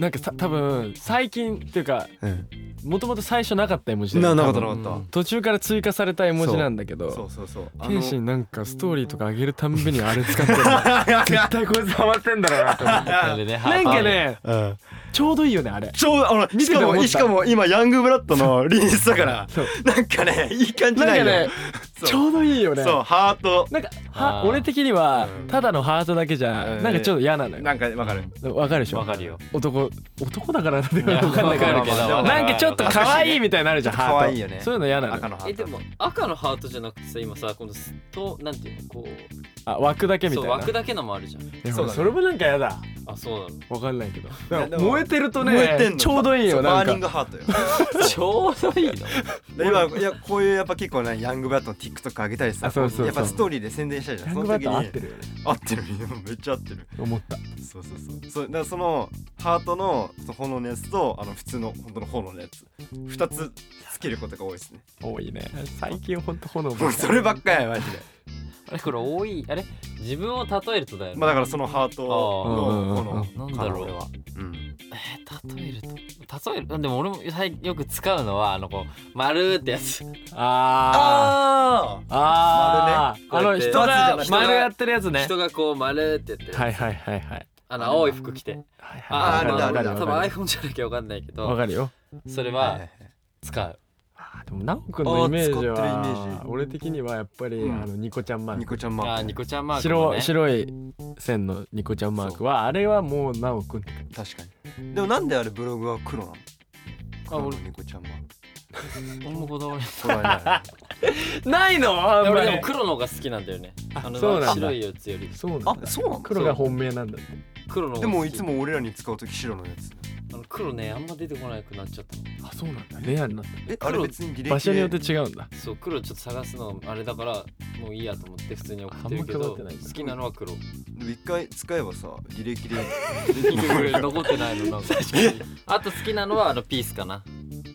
[SPEAKER 1] なんかさ多分最近っていうか
[SPEAKER 3] うん、
[SPEAKER 1] もともと最初なかった絵文字だよ
[SPEAKER 3] な
[SPEAKER 1] ね
[SPEAKER 3] なかった
[SPEAKER 1] 多分
[SPEAKER 3] なかっ
[SPEAKER 1] 途中から追加された絵文字なんだけ
[SPEAKER 3] たそ
[SPEAKER 1] ど
[SPEAKER 3] うそうそうあの
[SPEAKER 1] 謙信なんかストーリーとか上げるたんびにあれ使ってる絶対こいつハマってんだろうなと思って
[SPEAKER 2] それでハ
[SPEAKER 1] な
[SPEAKER 2] ー
[SPEAKER 1] ん
[SPEAKER 2] ト
[SPEAKER 1] かね
[SPEAKER 3] (laughs) うん
[SPEAKER 1] ちょうどいいよねあれ
[SPEAKER 3] ちょうどあの
[SPEAKER 1] 見
[SPEAKER 3] してか
[SPEAKER 1] て思った
[SPEAKER 3] もしかも今ヤングブラッドのリリースだから
[SPEAKER 1] そう
[SPEAKER 3] なんかねいい感じ
[SPEAKER 1] なん
[SPEAKER 3] なん
[SPEAKER 1] か
[SPEAKER 3] よ
[SPEAKER 1] ね
[SPEAKER 3] そう
[SPEAKER 1] ちょうどいいよね
[SPEAKER 3] そうハート
[SPEAKER 1] なんか
[SPEAKER 2] あ
[SPEAKER 1] は
[SPEAKER 2] ー
[SPEAKER 1] 俺的には
[SPEAKER 3] うん
[SPEAKER 1] ただのハートだけじゃ
[SPEAKER 3] うん
[SPEAKER 1] なんかちょっと嫌なの
[SPEAKER 3] な
[SPEAKER 1] よ
[SPEAKER 3] んかわかる
[SPEAKER 1] わかるでしょ
[SPEAKER 2] わかるよ
[SPEAKER 1] 男男だからなんてわ
[SPEAKER 2] わ
[SPEAKER 1] かんないけ
[SPEAKER 2] か
[SPEAKER 1] ど
[SPEAKER 2] るけど
[SPEAKER 3] わ
[SPEAKER 1] なんかちょっと可愛いみたいになるじゃんハート
[SPEAKER 3] 可愛いよね
[SPEAKER 1] そういうの嫌なの
[SPEAKER 3] 赤のハ
[SPEAKER 2] え
[SPEAKER 3] ー
[SPEAKER 2] で
[SPEAKER 3] ト
[SPEAKER 2] も赤のハートじゃなくてさ今さこのすとなんていうのこう
[SPEAKER 1] あ枠だけみた
[SPEAKER 2] そ
[SPEAKER 1] いうな
[SPEAKER 2] 枠だけのもあるじゃん
[SPEAKER 1] いや
[SPEAKER 3] そうだね
[SPEAKER 1] それもなんかやだ
[SPEAKER 2] あそう
[SPEAKER 1] わかんないけど
[SPEAKER 3] や
[SPEAKER 1] なんか
[SPEAKER 3] でも
[SPEAKER 1] 燃えてるとね
[SPEAKER 3] 燃えてんの
[SPEAKER 1] ちょうどいい
[SPEAKER 3] そ
[SPEAKER 1] よ
[SPEAKER 3] うバ
[SPEAKER 1] な
[SPEAKER 3] ーニン
[SPEAKER 1] ん
[SPEAKER 3] グ
[SPEAKER 1] か
[SPEAKER 3] ハートよ
[SPEAKER 2] なの (laughs) ちょうどいいの
[SPEAKER 3] で今いやこういうやっぱ結構ねヤングブラッドの TikTok 上げたりさ
[SPEAKER 1] あそうそうそう
[SPEAKER 3] やっぱストーリーで宣伝したいじゃん
[SPEAKER 1] ヤン
[SPEAKER 3] そ
[SPEAKER 1] グ
[SPEAKER 3] の
[SPEAKER 1] バッ
[SPEAKER 3] 時
[SPEAKER 1] ト合っ
[SPEAKER 3] に
[SPEAKER 1] てるよね
[SPEAKER 3] 合ってるよめっちゃ合ってる
[SPEAKER 1] 思った
[SPEAKER 3] そうそうそうそうだからそのハートのその炎のやつとあの普通の本当の炎のやつ2つつけることが多いですね (laughs)
[SPEAKER 1] 多いね最近ほんと炎
[SPEAKER 3] も
[SPEAKER 1] ば
[SPEAKER 3] う
[SPEAKER 1] っ
[SPEAKER 3] (laughs)
[SPEAKER 1] か
[SPEAKER 3] そればっかやマジで
[SPEAKER 2] あれこれ多いあれ自分を例えるとだよね、
[SPEAKER 3] まあだからそのハートの
[SPEAKER 2] あー
[SPEAKER 3] 炎
[SPEAKER 2] なんだろう
[SPEAKER 3] 俺はうん
[SPEAKER 2] えー例えると例えるでも俺もはいよく使うのはあのこう丸ってやつ
[SPEAKER 1] あー
[SPEAKER 3] あ
[SPEAKER 1] あーあ
[SPEAKER 2] 丸ね
[SPEAKER 1] の人
[SPEAKER 3] こ
[SPEAKER 1] が
[SPEAKER 3] うやって
[SPEAKER 1] 丸やってるやつね
[SPEAKER 2] 人がこう丸ってやってる、
[SPEAKER 1] はいはいはいはい
[SPEAKER 2] あの青い服着て
[SPEAKER 1] はい
[SPEAKER 2] あ
[SPEAKER 1] はい
[SPEAKER 2] あの
[SPEAKER 3] あれ
[SPEAKER 1] わかる
[SPEAKER 3] だあれだ
[SPEAKER 2] 多
[SPEAKER 1] わ
[SPEAKER 2] 分
[SPEAKER 1] か
[SPEAKER 2] iPhone
[SPEAKER 1] る
[SPEAKER 2] じゃなきゃわかんないけ
[SPEAKER 1] わ
[SPEAKER 2] ど
[SPEAKER 1] かるよ
[SPEAKER 2] それ
[SPEAKER 3] あはいは
[SPEAKER 2] はい使う
[SPEAKER 1] あーでもナオくんのイメージ
[SPEAKER 3] あー使ってるイメー
[SPEAKER 1] は
[SPEAKER 3] ジ
[SPEAKER 1] 俺的にはやっぱり
[SPEAKER 3] うん
[SPEAKER 1] あのニコちゃんマ
[SPEAKER 3] はい
[SPEAKER 1] ー
[SPEAKER 3] ニ
[SPEAKER 1] ク
[SPEAKER 3] コちゃんマ
[SPEAKER 2] あー
[SPEAKER 3] ー
[SPEAKER 2] ニ
[SPEAKER 3] ク
[SPEAKER 2] コちゃんマークも
[SPEAKER 1] 白
[SPEAKER 2] ね
[SPEAKER 1] 白い線のニコちゃんマークはあれはもうナオくんって感
[SPEAKER 3] 確かにでもなんであれブログは黒なの黒の
[SPEAKER 2] 俺
[SPEAKER 3] ニコちゃんマーク
[SPEAKER 2] 俺もこだわり
[SPEAKER 3] それはない
[SPEAKER 1] じないのあんま
[SPEAKER 2] 俺
[SPEAKER 1] り
[SPEAKER 2] でも黒の方が好きなんだよねあの
[SPEAKER 1] そうなんだ
[SPEAKER 2] 白いやつより
[SPEAKER 1] (laughs) そうなんだ
[SPEAKER 3] あそうなの
[SPEAKER 1] 黒が本命なんだって
[SPEAKER 2] 黒の方が好き
[SPEAKER 3] でもいつも俺らに使うとき白のやつ
[SPEAKER 2] あの黒ねあんま出てこなくなっちゃった
[SPEAKER 1] あそうなんだレアになっ
[SPEAKER 3] えあれ別に履
[SPEAKER 1] た
[SPEAKER 3] 歴
[SPEAKER 1] 場所によって違うんだ
[SPEAKER 2] そう黒ちょっと探すのあれだからもういいやと思って普通に送ってるけ
[SPEAKER 1] あんま
[SPEAKER 2] ど
[SPEAKER 1] 配ってないんだ
[SPEAKER 2] 好きなのは黒
[SPEAKER 3] でも一回使えばさ履歴で
[SPEAKER 2] (laughs) 残ってないのなんかあと好きなのはあのピースかな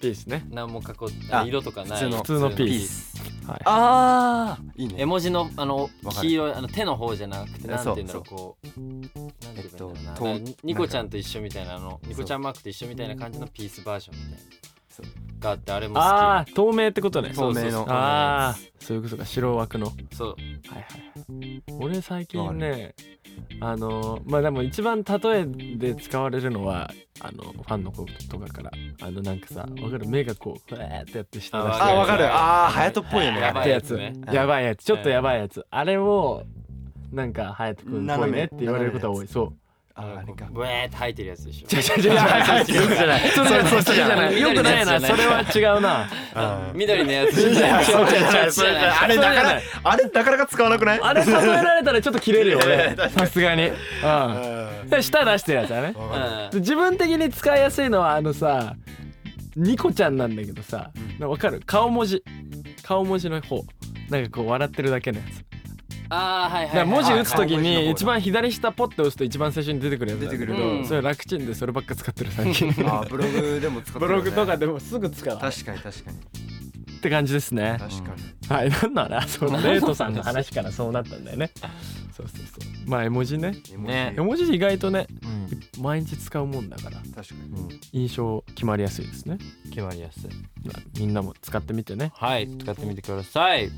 [SPEAKER 1] ピースね
[SPEAKER 2] 何も囲っあ
[SPEAKER 3] あ
[SPEAKER 2] 色とかない
[SPEAKER 3] 普
[SPEAKER 1] 通のピー
[SPEAKER 3] ス
[SPEAKER 1] はい
[SPEAKER 3] (laughs) ああいい
[SPEAKER 2] 絵
[SPEAKER 3] ね
[SPEAKER 2] 文字のあの
[SPEAKER 3] わかる
[SPEAKER 2] 黄色いあの手の方じゃなくて
[SPEAKER 3] え
[SPEAKER 2] なんて言うんだろう
[SPEAKER 3] そ
[SPEAKER 2] こうなんて言えばいいんだろうな
[SPEAKER 3] えっと
[SPEAKER 2] だから
[SPEAKER 3] と
[SPEAKER 2] ニコちゃんと一緒みたいなあのニコちゃんマークと一緒みたいな感じのピースバージョンみたいな
[SPEAKER 3] そう
[SPEAKER 2] があってあれも好き
[SPEAKER 1] ああ透明ってことね
[SPEAKER 2] そうそうそう
[SPEAKER 3] 透明の
[SPEAKER 1] ああそういうことか白枠のはい
[SPEAKER 2] そう
[SPEAKER 1] はい俺最近ねあのーまあでも一番例えで使われるのはあのファンの子とかからあのなんかさわかる目がこうふわーってやって下出して
[SPEAKER 3] あわかる
[SPEAKER 2] わかる
[SPEAKER 3] ああ隼人っぽいよね
[SPEAKER 2] やば
[SPEAKER 1] っ
[SPEAKER 2] い
[SPEAKER 1] てやつ
[SPEAKER 2] やばいやつ
[SPEAKER 3] ね
[SPEAKER 1] やばいやつちょっとやばいやつあれをなんか隼人君っぽいねって言われることは多いそう
[SPEAKER 3] あーあれか
[SPEAKER 2] ブエーって吐いてるやつでしょ
[SPEAKER 1] 違う違う違う違うじゃないそれそっちじゃないよくないなそれは違うな (laughs)
[SPEAKER 3] あー
[SPEAKER 2] 緑のやつじゃない
[SPEAKER 3] そう (laughs) じゃないそうじゃないあれなか
[SPEAKER 1] そうじゃな
[SPEAKER 3] ないあれなかなか使わなくない
[SPEAKER 1] あれ例えられたらちょっと切れる
[SPEAKER 3] い
[SPEAKER 1] よ
[SPEAKER 3] やい
[SPEAKER 1] ね
[SPEAKER 3] や確
[SPEAKER 1] さすがにうん
[SPEAKER 3] うん
[SPEAKER 1] で舌出してるやつだね
[SPEAKER 3] わ
[SPEAKER 2] う
[SPEAKER 3] かる
[SPEAKER 2] ん
[SPEAKER 1] で自分的に使いやすいのはあのさニコちゃんなんだけどさ
[SPEAKER 3] うん
[SPEAKER 1] なわかる顔文字顔文字の方なんかこう笑ってるだけのやつ
[SPEAKER 2] ああはいはい
[SPEAKER 1] だか
[SPEAKER 2] は
[SPEAKER 1] ら
[SPEAKER 2] い
[SPEAKER 1] 文字打つ
[SPEAKER 3] と
[SPEAKER 1] とき
[SPEAKER 3] はいはい
[SPEAKER 1] に
[SPEAKER 3] はい
[SPEAKER 1] 一番左下ポッて押すと一番最初に出てくるやつなんだけ
[SPEAKER 3] 出て
[SPEAKER 2] くるう
[SPEAKER 1] ど
[SPEAKER 2] ん
[SPEAKER 1] それ楽ちんでそればっか使ってる最近
[SPEAKER 3] あーブログでも使って
[SPEAKER 1] ブ
[SPEAKER 3] るよ
[SPEAKER 1] ロ
[SPEAKER 3] ね
[SPEAKER 1] グとかでもすぐ使う
[SPEAKER 3] 確かに確かに
[SPEAKER 1] って感じですね
[SPEAKER 3] 確かに
[SPEAKER 1] はいなんなら (laughs) そうレートさんの話からそうなったんだよねそうそうそうまあ絵文字ね
[SPEAKER 3] 絵文字
[SPEAKER 2] ね
[SPEAKER 1] 絵文字意外とね
[SPEAKER 2] うん
[SPEAKER 1] 毎日使うもんだから
[SPEAKER 3] 確かに
[SPEAKER 1] 印象決まりやすいですね
[SPEAKER 2] 決まりやすい
[SPEAKER 1] まあみんなも使ってみてね
[SPEAKER 2] はい使ってみてください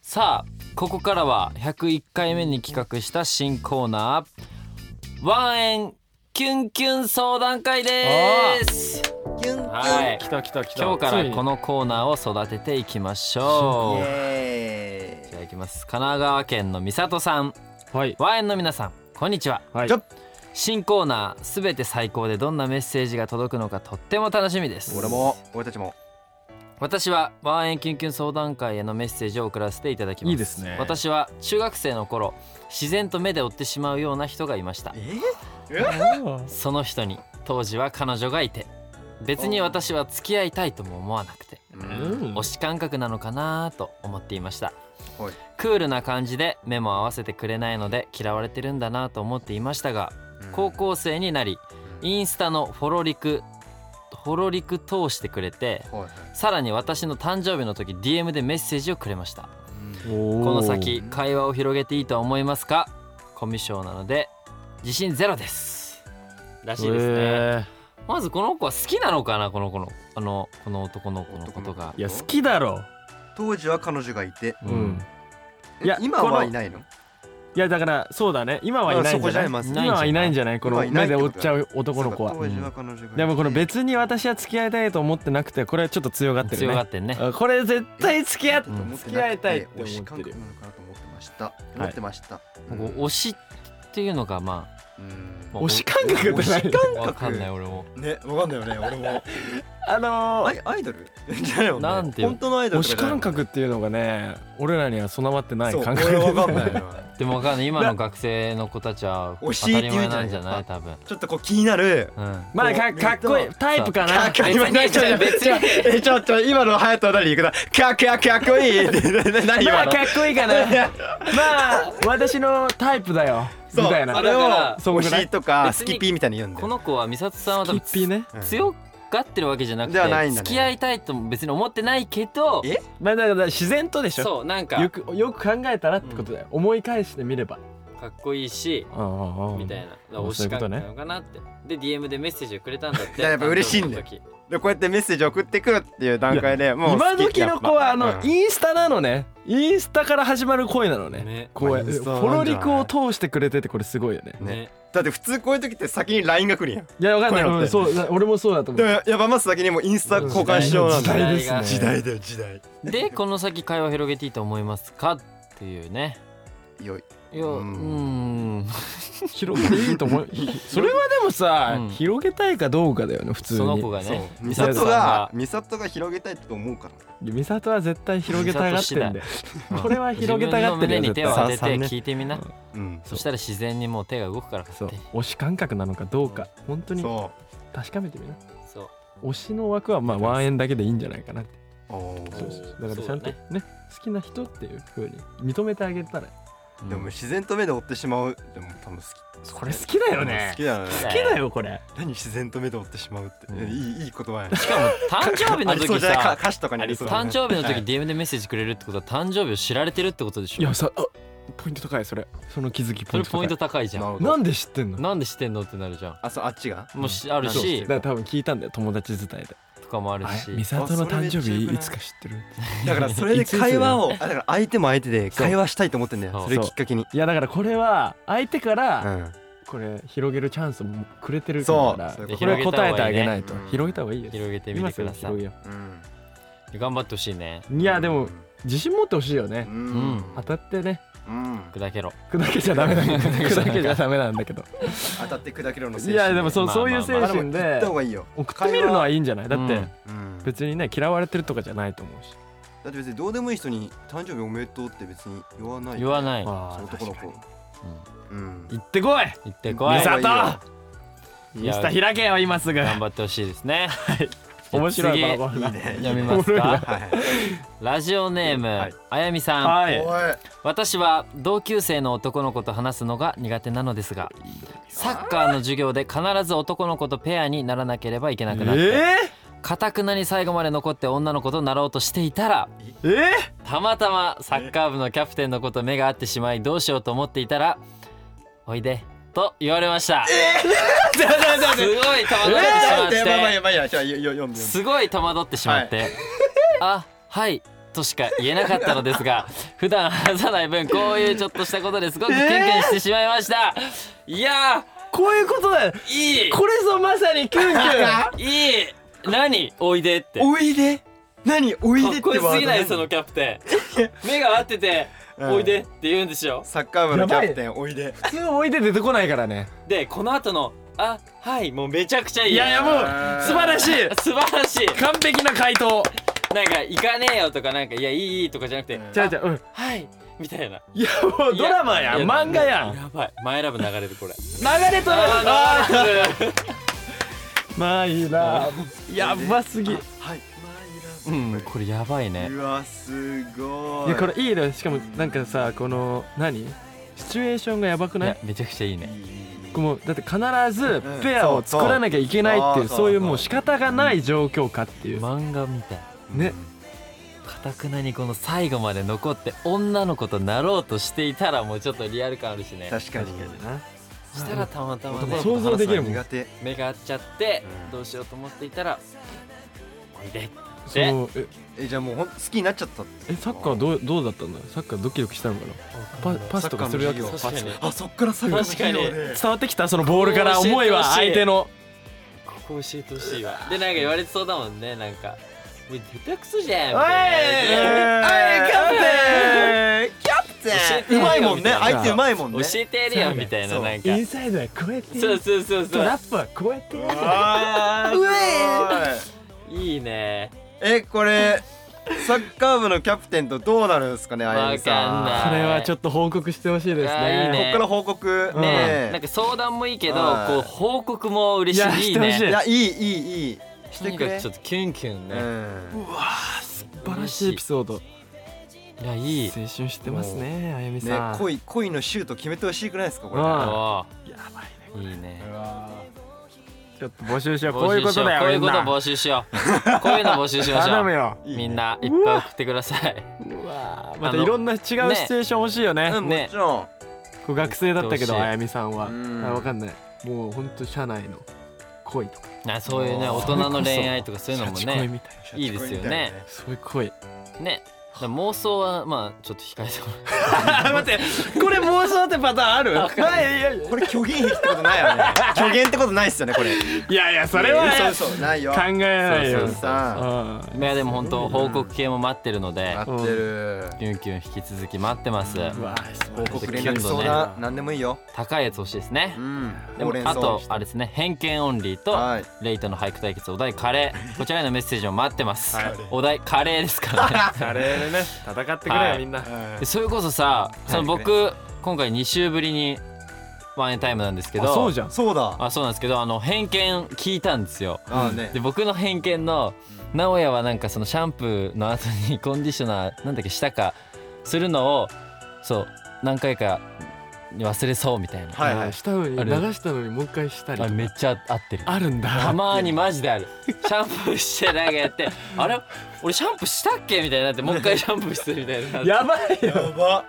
[SPEAKER 2] さあここからは101回目に企画した新コーナーワンエンキュンキュン相談会です
[SPEAKER 3] キュンキュン
[SPEAKER 2] はい
[SPEAKER 1] 来た来た来
[SPEAKER 2] 今日からこのコーナーを育てていきましょうじゃあいきます神奈川県の美里さん
[SPEAKER 1] はい
[SPEAKER 2] ワンエンの皆さんこんにちは
[SPEAKER 1] はい
[SPEAKER 3] じゃ
[SPEAKER 2] 新コーナーすべて最高でどんなメッセージが届くのかとっても楽しみです
[SPEAKER 3] 俺も俺たちも
[SPEAKER 2] 私はワンエンキュンキュン相談会へのメッセージを送らせていただきます
[SPEAKER 1] いいですね
[SPEAKER 2] 私は中学生の頃自然と目で追ってしまうような人がいました
[SPEAKER 3] え
[SPEAKER 2] その人に当時は彼女がいて別に私は付き合いたいとも思わなくて
[SPEAKER 3] うん
[SPEAKER 2] 推し感覚なのかなと思っていました
[SPEAKER 3] はい
[SPEAKER 2] クールな感じで目も合わせてくれないので嫌われてるんだなと思っていましたが高校生になりインスタのフォロリクフォロリク通してくれて
[SPEAKER 3] はいはい
[SPEAKER 2] さらに私の誕生日の時 DM でメッセージをくれました
[SPEAKER 1] こ
[SPEAKER 2] この先会話を広げていいと思いますかコミュ障なので自信ゼロですらしいですね、まずこの子は好きなのかなこの子のあのこの男の子のことが
[SPEAKER 1] いや好きだろ
[SPEAKER 3] 当時は彼女がいて
[SPEAKER 2] う
[SPEAKER 1] う
[SPEAKER 2] んん
[SPEAKER 1] いや
[SPEAKER 3] え今
[SPEAKER 1] この
[SPEAKER 3] はいないの
[SPEAKER 1] いやだからそうだね今はいないんじゃない
[SPEAKER 3] まあそこじゃ
[SPEAKER 1] 今はいないんじゃないこの
[SPEAKER 3] 今はいな
[SPEAKER 1] 目
[SPEAKER 3] いっ
[SPEAKER 1] で
[SPEAKER 3] て
[SPEAKER 1] 追
[SPEAKER 3] こ
[SPEAKER 1] っ
[SPEAKER 3] と
[SPEAKER 1] ちゃう男の子は
[SPEAKER 3] そうか当時は彼女がいて
[SPEAKER 1] でもこの別に私は付き合いたいと思ってなくてこれはちょっと強がってる
[SPEAKER 2] 強が
[SPEAKER 1] ね
[SPEAKER 2] ってんね
[SPEAKER 1] あこれ絶対付き合っ
[SPEAKER 3] と思ってなくて
[SPEAKER 1] 付き合いたいって思ってる
[SPEAKER 3] 推し感覚なのかなと思ってました思ってました
[SPEAKER 2] こう推しっていうのがま
[SPEAKER 3] うん
[SPEAKER 2] ま
[SPEAKER 1] 推し感覚ってない
[SPEAKER 2] あわかんない俺も
[SPEAKER 3] ねわかんないよね俺も
[SPEAKER 1] あの
[SPEAKER 3] ア
[SPEAKER 1] ー
[SPEAKER 3] イアイドル (laughs) じゃないもんね
[SPEAKER 2] なんていう
[SPEAKER 3] 本当のアイド
[SPEAKER 1] 推
[SPEAKER 3] ルと
[SPEAKER 1] し
[SPEAKER 3] かじゃない
[SPEAKER 1] 感
[SPEAKER 3] もんね
[SPEAKER 1] 覚っていうのがね俺らには備わってない
[SPEAKER 3] そう
[SPEAKER 1] 感
[SPEAKER 3] 俺
[SPEAKER 1] 覚
[SPEAKER 3] わかんないよ
[SPEAKER 2] でもわかんない今の学生の子たちは当
[SPEAKER 3] 推
[SPEAKER 2] た
[SPEAKER 3] しって
[SPEAKER 2] り
[SPEAKER 3] 言う
[SPEAKER 2] 前
[SPEAKER 3] んじゃ
[SPEAKER 2] な
[SPEAKER 3] ない
[SPEAKER 2] んじゃない多分
[SPEAKER 3] ちょっとこう気になる
[SPEAKER 2] うん
[SPEAKER 1] (laughs) まあかかっこいいタイプかな
[SPEAKER 2] 別に
[SPEAKER 3] ちょちょ
[SPEAKER 2] 別に
[SPEAKER 3] (laughs) えちょっと今の隼人は何言うかかっこいいかっこいいって (laughs) 何
[SPEAKER 1] ま
[SPEAKER 3] 今
[SPEAKER 1] あ
[SPEAKER 3] の
[SPEAKER 1] かっこいいかな
[SPEAKER 3] (laughs)
[SPEAKER 1] まあ私のタイプだよみ
[SPEAKER 3] そう
[SPEAKER 1] たい
[SPEAKER 3] あ
[SPEAKER 1] な
[SPEAKER 3] れ
[SPEAKER 2] だ
[SPEAKER 3] を
[SPEAKER 2] から
[SPEAKER 1] そんぐらい
[SPEAKER 3] 推しとか
[SPEAKER 2] 別
[SPEAKER 3] ス
[SPEAKER 2] に
[SPEAKER 3] キピーみたいに言うんだ
[SPEAKER 2] こ
[SPEAKER 3] よ
[SPEAKER 2] の子は美里さんは多分
[SPEAKER 1] キッピーね
[SPEAKER 3] うん
[SPEAKER 2] 強がってるわけじゃなくて
[SPEAKER 3] ではないんだね
[SPEAKER 2] 付き合いたいとも別に思ってないけど
[SPEAKER 3] え
[SPEAKER 1] まあだから自然とでしょ
[SPEAKER 2] そうなんか
[SPEAKER 1] よくよく考えたらってことだよ思い返してみれば
[SPEAKER 2] かっこいいしみ
[SPEAKER 1] み
[SPEAKER 2] たいなだから推
[SPEAKER 1] そうい
[SPEAKER 2] し
[SPEAKER 1] うこ
[SPEAKER 2] 感
[SPEAKER 1] と
[SPEAKER 2] 覚
[SPEAKER 1] ね
[SPEAKER 2] なのかなってで DM でメッセージをくれたんだっ
[SPEAKER 3] い
[SPEAKER 2] て
[SPEAKER 3] ややっぱ嬉しいんだよ
[SPEAKER 2] 誕生日の時
[SPEAKER 3] でこうやってメッセージ送ってくるっていう段階でもう
[SPEAKER 1] 今
[SPEAKER 3] 好き
[SPEAKER 1] 時の子はあ
[SPEAKER 3] やっ
[SPEAKER 1] の
[SPEAKER 3] ぱ
[SPEAKER 1] インスタなのねインスタから始まる声なのね
[SPEAKER 2] ね
[SPEAKER 1] こうや
[SPEAKER 3] まあインスタ
[SPEAKER 1] フ
[SPEAKER 3] なん
[SPEAKER 1] ォ
[SPEAKER 3] じゃ
[SPEAKER 1] ロ
[SPEAKER 3] ない
[SPEAKER 1] リクを通してくれててこれすごいよね
[SPEAKER 3] ね
[SPEAKER 2] ね
[SPEAKER 3] だって普通こういう時って先に LINE が来るやん
[SPEAKER 1] いやわかんない
[SPEAKER 3] こういうの
[SPEAKER 1] う
[SPEAKER 3] って
[SPEAKER 1] んそうだ俺もそうだと思
[SPEAKER 3] で
[SPEAKER 1] う
[SPEAKER 3] もやっぱまず先にもうインスタ交換しようなん
[SPEAKER 1] 時
[SPEAKER 3] だよ
[SPEAKER 1] 代
[SPEAKER 2] ね
[SPEAKER 1] ですね
[SPEAKER 3] 時代だよ時代
[SPEAKER 2] でこの先会話を広げていいと思いますかっていうね
[SPEAKER 3] よい
[SPEAKER 2] いや
[SPEAKER 3] う
[SPEAKER 2] うんん
[SPEAKER 1] 広げていいと思うそれはでもさ
[SPEAKER 2] うん
[SPEAKER 1] 広げたいかどうかだよね普通に
[SPEAKER 2] その子がね
[SPEAKER 3] そう
[SPEAKER 2] 美
[SPEAKER 3] 美
[SPEAKER 2] 里
[SPEAKER 3] 里
[SPEAKER 2] さん
[SPEAKER 3] が
[SPEAKER 2] が
[SPEAKER 3] 美里が広げたいと思うから
[SPEAKER 1] いや美里は絶対広げたがってんだよ
[SPEAKER 2] うん
[SPEAKER 1] (laughs) これは広げたがって
[SPEAKER 2] 自分の
[SPEAKER 1] る
[SPEAKER 2] 胸
[SPEAKER 1] よ
[SPEAKER 2] に手を
[SPEAKER 1] 絶
[SPEAKER 2] 当
[SPEAKER 1] 対
[SPEAKER 2] てて
[SPEAKER 3] ささね
[SPEAKER 2] 聞いてみな
[SPEAKER 3] うん
[SPEAKER 2] そしたら自然にもう手が動くから
[SPEAKER 1] そ
[SPEAKER 2] 勝
[SPEAKER 1] う
[SPEAKER 2] 手に
[SPEAKER 1] 推し感覚なのかどうか本当に
[SPEAKER 3] そ
[SPEAKER 1] 確かめてみな
[SPEAKER 2] そう
[SPEAKER 1] 推しの枠はまあワンエンだけでいいんじゃないかなって
[SPEAKER 2] そうそう
[SPEAKER 1] だからちゃんと
[SPEAKER 2] そう
[SPEAKER 1] ね好きな人っていう風に認めてあげたら
[SPEAKER 3] でも自然と目で追ってしまうでも多分好き
[SPEAKER 1] これ好きだ
[SPEAKER 3] だ
[SPEAKER 1] よね
[SPEAKER 3] 好きだよね
[SPEAKER 2] 好
[SPEAKER 1] 好きだよこれ
[SPEAKER 3] 何自然と目で追ってしまうって、
[SPEAKER 1] うん
[SPEAKER 3] いいいい言葉やね
[SPEAKER 2] しかも誕生日の
[SPEAKER 3] ありそう (laughs)
[SPEAKER 2] 時
[SPEAKER 3] じゃないか
[SPEAKER 2] さ
[SPEAKER 3] 歌詞とかにありそうだ
[SPEAKER 2] 誕
[SPEAKER 3] ね
[SPEAKER 2] 生日の時
[SPEAKER 3] はい
[SPEAKER 2] DM でメッセージくれるってことは誕生日を知られてるってことでし
[SPEAKER 1] い
[SPEAKER 2] ょ
[SPEAKER 1] やさあポイント高いそれその気づき
[SPEAKER 2] そ
[SPEAKER 1] ポイン
[SPEAKER 2] れポ
[SPEAKER 1] ト高
[SPEAKER 2] イ
[SPEAKER 1] い
[SPEAKER 2] ント高いじゃ
[SPEAKER 3] なる
[SPEAKER 2] ん
[SPEAKER 3] ほど
[SPEAKER 1] なんで知ってんの
[SPEAKER 2] なんでしてんのってなるじゃん
[SPEAKER 3] あそうあっちが
[SPEAKER 2] もうしある
[SPEAKER 1] そう
[SPEAKER 2] し
[SPEAKER 1] だから多分聞いたんだよ友達伝えで
[SPEAKER 2] とかもある
[SPEAKER 1] あ
[SPEAKER 2] し
[SPEAKER 1] 美里の誕生日いつか知ってる
[SPEAKER 3] だからそれで会話をあだから相手も相手で会話したいと思ってんだよ
[SPEAKER 2] そう
[SPEAKER 3] それきっかけに
[SPEAKER 1] いやだからこれは相手から
[SPEAKER 3] ん
[SPEAKER 1] これ広げるチャンスもくれてる
[SPEAKER 3] そう
[SPEAKER 1] から
[SPEAKER 3] そういうこと
[SPEAKER 1] これは答えてあげないと
[SPEAKER 3] 広
[SPEAKER 1] 広げた方がいいよ
[SPEAKER 2] 広げてみてください
[SPEAKER 3] うん
[SPEAKER 2] 頑張ってほしいね
[SPEAKER 1] いやでも自信持ってほしいよ
[SPEAKER 3] う
[SPEAKER 1] ね
[SPEAKER 3] ん
[SPEAKER 1] 当たってね
[SPEAKER 3] うん
[SPEAKER 2] 砕けろ
[SPEAKER 1] 砕けちゃダメなんだけど砕けちゃダメなんだ
[SPEAKER 2] (laughs)
[SPEAKER 1] けど
[SPEAKER 3] 当たって砕けろの
[SPEAKER 1] いやでもそう
[SPEAKER 2] まあ
[SPEAKER 1] そういう
[SPEAKER 2] まあ
[SPEAKER 1] 精
[SPEAKER 2] ま
[SPEAKER 3] あでも
[SPEAKER 1] 神
[SPEAKER 3] 言っ
[SPEAKER 1] で
[SPEAKER 3] た方がいいよ
[SPEAKER 1] 送ってみるのはいいんじゃないだっ
[SPEAKER 2] う
[SPEAKER 1] て
[SPEAKER 2] ん
[SPEAKER 3] うんだって
[SPEAKER 1] 別にね嫌われてるとかじゃないと思うし
[SPEAKER 3] 別にどうでもいい人に誕生日おめでとうって別に言わない
[SPEAKER 2] 言わない行
[SPEAKER 1] あ
[SPEAKER 3] その男の子うん
[SPEAKER 1] 行ってこい
[SPEAKER 2] ってこい
[SPEAKER 1] 美
[SPEAKER 3] いや
[SPEAKER 1] 里
[SPEAKER 2] いや
[SPEAKER 1] ミスター開けよ今すぐ
[SPEAKER 2] 頑張ってほしいですね
[SPEAKER 1] 面白い
[SPEAKER 2] じゃあ
[SPEAKER 1] このコーナー
[SPEAKER 3] ね
[SPEAKER 2] 次読みます
[SPEAKER 1] 面白い
[SPEAKER 2] か
[SPEAKER 3] はい
[SPEAKER 2] ラジオネーム、
[SPEAKER 3] はい
[SPEAKER 2] あやみさん、
[SPEAKER 1] はい
[SPEAKER 3] おい
[SPEAKER 2] 私は同級生の男の子と話すのが苦手なのですがサッカーの授業で必ず男の子とペアにならなければいけなくなって
[SPEAKER 1] え
[SPEAKER 2] かたくなに最後まで残って女の子となろうとしていたら
[SPEAKER 1] ーえ
[SPEAKER 2] たまたまサッカー部のキャプテンの子と目が合ってしまいどうしようと思っていたら「おいで」と言われました (laughs) すごい戸惑ってしまっ
[SPEAKER 3] やばい
[SPEAKER 2] て
[SPEAKER 3] やばいやじゃあよよ読んで読んです
[SPEAKER 2] ごい戸惑ってしまって「あはい」としか言えなかったのですが (laughs) 普段話さない分こういうちょっとしたことですごくキュンキュンしてしまいました、いや
[SPEAKER 1] こういうことだよ
[SPEAKER 2] ーいい
[SPEAKER 1] これぞまさにキュンキ (laughs) ュン
[SPEAKER 2] いい何おいでって
[SPEAKER 3] おいで何おい
[SPEAKER 2] か
[SPEAKER 3] でっ
[SPEAKER 2] ってこ
[SPEAKER 3] ワー
[SPEAKER 2] よ
[SPEAKER 3] ド
[SPEAKER 2] すぎないそのキャプテン目が合ってて「
[SPEAKER 3] うん
[SPEAKER 2] おいで」って言うんでしょ
[SPEAKER 3] サッカー部のキャプテンおいで
[SPEAKER 1] 普通おいで出てこないからね
[SPEAKER 2] でこの後の「あはい」もうめちゃくちゃいい
[SPEAKER 1] いやいやもう素晴らしい
[SPEAKER 2] 素晴らしい
[SPEAKER 1] 完璧な回答
[SPEAKER 2] なんか「行かねえよ」とか「なんかいやいいいい」とかじゃなくて
[SPEAKER 3] うん
[SPEAKER 1] じゃあじゃあうん
[SPEAKER 2] 「はい」みたいない
[SPEAKER 1] やもうドラマやん
[SPEAKER 2] い
[SPEAKER 1] 漫画やん
[SPEAKER 2] やばいマイラブ流れるこれ
[SPEAKER 1] 流れと
[SPEAKER 2] あー流れてる
[SPEAKER 1] まあいいなやばすぎい
[SPEAKER 3] はいマ
[SPEAKER 2] う
[SPEAKER 3] イラ
[SPEAKER 2] んこれやばいね
[SPEAKER 3] ブうわすごい
[SPEAKER 1] やこれいいねしかもなんかさこの何シチュエーションがやばく
[SPEAKER 2] い
[SPEAKER 1] ない
[SPEAKER 2] やめちゃくちゃいいね
[SPEAKER 1] こうもうだって必ず
[SPEAKER 3] ん
[SPEAKER 1] ペアを作らなきゃいけないってい
[SPEAKER 3] そう
[SPEAKER 1] う
[SPEAKER 3] そう
[SPEAKER 1] そういうもう仕方がない状況下っていう
[SPEAKER 2] 漫画みたい
[SPEAKER 1] ね
[SPEAKER 2] かたくなにこの最後まで残って女の子となろうとしていたらもうちょっとリアル感あるしね
[SPEAKER 3] 確かに
[SPEAKER 2] そしたらたまたま
[SPEAKER 3] 男の
[SPEAKER 2] ね
[SPEAKER 3] 子と
[SPEAKER 1] 想像できるもん
[SPEAKER 3] 話すのは苦手
[SPEAKER 2] 目が合っちゃって
[SPEAKER 3] うん
[SPEAKER 2] どうしようと思っていたら「おいで」
[SPEAKER 1] そのえ
[SPEAKER 3] えじゃあもうほん好きになっちゃったって
[SPEAKER 1] えサッカーどうどうだったんだサッカードキドキしたのかなパパスとかするわけ
[SPEAKER 3] サッカーの
[SPEAKER 2] 確かに
[SPEAKER 3] あそっから最後の授業
[SPEAKER 2] 確か
[SPEAKER 3] で
[SPEAKER 1] 伝わってきたそのボールから思いは相手の
[SPEAKER 2] ここ教えてほしいわでなんか言われてそうだもんねなんか「もう下手くそじゃん」み
[SPEAKER 1] え
[SPEAKER 2] たいな
[SPEAKER 1] ーキャプテン
[SPEAKER 2] 教えて
[SPEAKER 3] うまいもん
[SPEAKER 2] みた
[SPEAKER 3] ね
[SPEAKER 2] いな
[SPEAKER 3] 相手うまいもん
[SPEAKER 2] 教
[SPEAKER 3] ね
[SPEAKER 2] えてやるよみたいな
[SPEAKER 3] そう
[SPEAKER 2] なんか
[SPEAKER 1] インサイドはこうやって
[SPEAKER 2] そうそうそう
[SPEAKER 1] ト
[SPEAKER 2] そ
[SPEAKER 1] ラ
[SPEAKER 2] う
[SPEAKER 1] ップはこうやって
[SPEAKER 3] あーすごい
[SPEAKER 2] いいね
[SPEAKER 3] えこれサッカー部のキャプテンとどうなるんですかねあゆみさ
[SPEAKER 2] わかんない
[SPEAKER 1] それはちょっと報告してほしいです
[SPEAKER 2] あーいい
[SPEAKER 1] ね
[SPEAKER 2] ね
[SPEAKER 3] こっから報告
[SPEAKER 1] うん
[SPEAKER 2] ねえなん
[SPEAKER 3] ね
[SPEAKER 2] か相談もいいけど
[SPEAKER 3] はい
[SPEAKER 2] こう報告も嬉しいいい
[SPEAKER 1] いやして
[SPEAKER 3] い
[SPEAKER 2] ね
[SPEAKER 1] ほ
[SPEAKER 3] やいいいいいいし
[SPEAKER 2] と
[SPEAKER 3] て
[SPEAKER 2] に
[SPEAKER 3] く
[SPEAKER 2] か
[SPEAKER 3] れ
[SPEAKER 2] くちょっとキュンキュン
[SPEAKER 3] う
[SPEAKER 2] ね
[SPEAKER 3] ん
[SPEAKER 1] 素晴らしいエピソード
[SPEAKER 2] いやいい
[SPEAKER 1] 青春してますねあゆみ
[SPEAKER 3] ね
[SPEAKER 1] さん
[SPEAKER 3] 恋恋のシュート決めてほしくないですかこれ
[SPEAKER 1] うん
[SPEAKER 2] お
[SPEAKER 1] やばい
[SPEAKER 2] ー
[SPEAKER 1] ね
[SPEAKER 2] いいね
[SPEAKER 1] ちょっと募集しようこう
[SPEAKER 2] 募
[SPEAKER 1] いう
[SPEAKER 2] 集
[SPEAKER 1] こ
[SPEAKER 2] しよ
[SPEAKER 1] とだよ
[SPEAKER 2] こういう
[SPEAKER 1] み
[SPEAKER 2] んこと
[SPEAKER 1] な
[SPEAKER 2] 募集しようこういうの募集しましょ
[SPEAKER 1] 頼む
[SPEAKER 2] う
[SPEAKER 1] よ
[SPEAKER 3] いいね
[SPEAKER 2] みんないっぱい送ってください
[SPEAKER 1] またいろんな違うシチュエーション欲しいよね
[SPEAKER 3] (laughs) うんも
[SPEAKER 2] ね
[SPEAKER 3] ちろん
[SPEAKER 1] こう学生だったけ
[SPEAKER 2] 欲し
[SPEAKER 1] ど
[SPEAKER 2] い
[SPEAKER 1] あやみさんは
[SPEAKER 3] うん
[SPEAKER 1] あわかんないもうほんと社内の恋とか
[SPEAKER 2] あそういうね
[SPEAKER 3] あー
[SPEAKER 2] 大人の恋愛とかそういうのも
[SPEAKER 1] シャチ恋
[SPEAKER 2] ね
[SPEAKER 1] みたいない
[SPEAKER 2] いですよね
[SPEAKER 1] そういう恋
[SPEAKER 2] ねだから妄想はまあちょっと控えてもらう
[SPEAKER 1] あ待ってこれ妄想ってパターンあるいやい
[SPEAKER 3] これ虚言癖ってことないよね虚言ってことないっすよねこれ
[SPEAKER 1] やいやそれは
[SPEAKER 3] そうそうないよ
[SPEAKER 1] 考えない
[SPEAKER 2] そう
[SPEAKER 1] よ
[SPEAKER 2] そう
[SPEAKER 3] さ
[SPEAKER 1] あ
[SPEAKER 2] (laughs) いやでも本当報告系も待ってるので
[SPEAKER 3] あ合ってる
[SPEAKER 2] キュンキュン引き続き待ってます
[SPEAKER 1] あうわ
[SPEAKER 3] 報
[SPEAKER 2] ちょっと
[SPEAKER 3] 告連
[SPEAKER 2] キュン
[SPEAKER 3] 絡
[SPEAKER 2] と
[SPEAKER 3] 相
[SPEAKER 2] ね
[SPEAKER 3] 談なんでもいいよ
[SPEAKER 2] 高いやつ欲しいですね
[SPEAKER 3] うん
[SPEAKER 2] で
[SPEAKER 3] ほ
[SPEAKER 2] も
[SPEAKER 3] うれん
[SPEAKER 2] あ
[SPEAKER 3] 草
[SPEAKER 2] とあれですね偏見オンリーと
[SPEAKER 3] はい
[SPEAKER 2] レイとの俳句対決お題カレーこちらへのメッセージを待ってます
[SPEAKER 3] はい
[SPEAKER 2] お題カレーですからね
[SPEAKER 1] カレーでね戦ってくれ
[SPEAKER 2] は
[SPEAKER 1] よ
[SPEAKER 2] い
[SPEAKER 1] みんな
[SPEAKER 2] それこそさその僕今回2週ぶりにワンエンタイムなんですけ
[SPEAKER 1] あ
[SPEAKER 2] ど
[SPEAKER 1] そうじゃん
[SPEAKER 3] そうだ
[SPEAKER 2] あそうなんですけどあの偏見聞いたんですよ
[SPEAKER 3] ああね
[SPEAKER 2] で僕の偏見の直哉はなんかそのシャンプーの後に (laughs) コンディショナーなんだっけしたかするのをそう何回か忘れそうみたいな、
[SPEAKER 3] はいはい
[SPEAKER 1] したのに
[SPEAKER 2] あ
[SPEAKER 1] 流
[SPEAKER 2] れ
[SPEAKER 1] したのにもう一回したり
[SPEAKER 2] あ
[SPEAKER 1] と
[SPEAKER 2] れ
[SPEAKER 1] か
[SPEAKER 2] めっちゃ合ってる
[SPEAKER 1] あるん
[SPEAKER 2] た
[SPEAKER 1] だ
[SPEAKER 2] まにマジであるシャンプーしてなんかやってあれ俺シャンプーしたっけみたいになってもう一回シャンプーしてみたいになって
[SPEAKER 1] やばい
[SPEAKER 3] (laughs)
[SPEAKER 1] よ
[SPEAKER 3] やば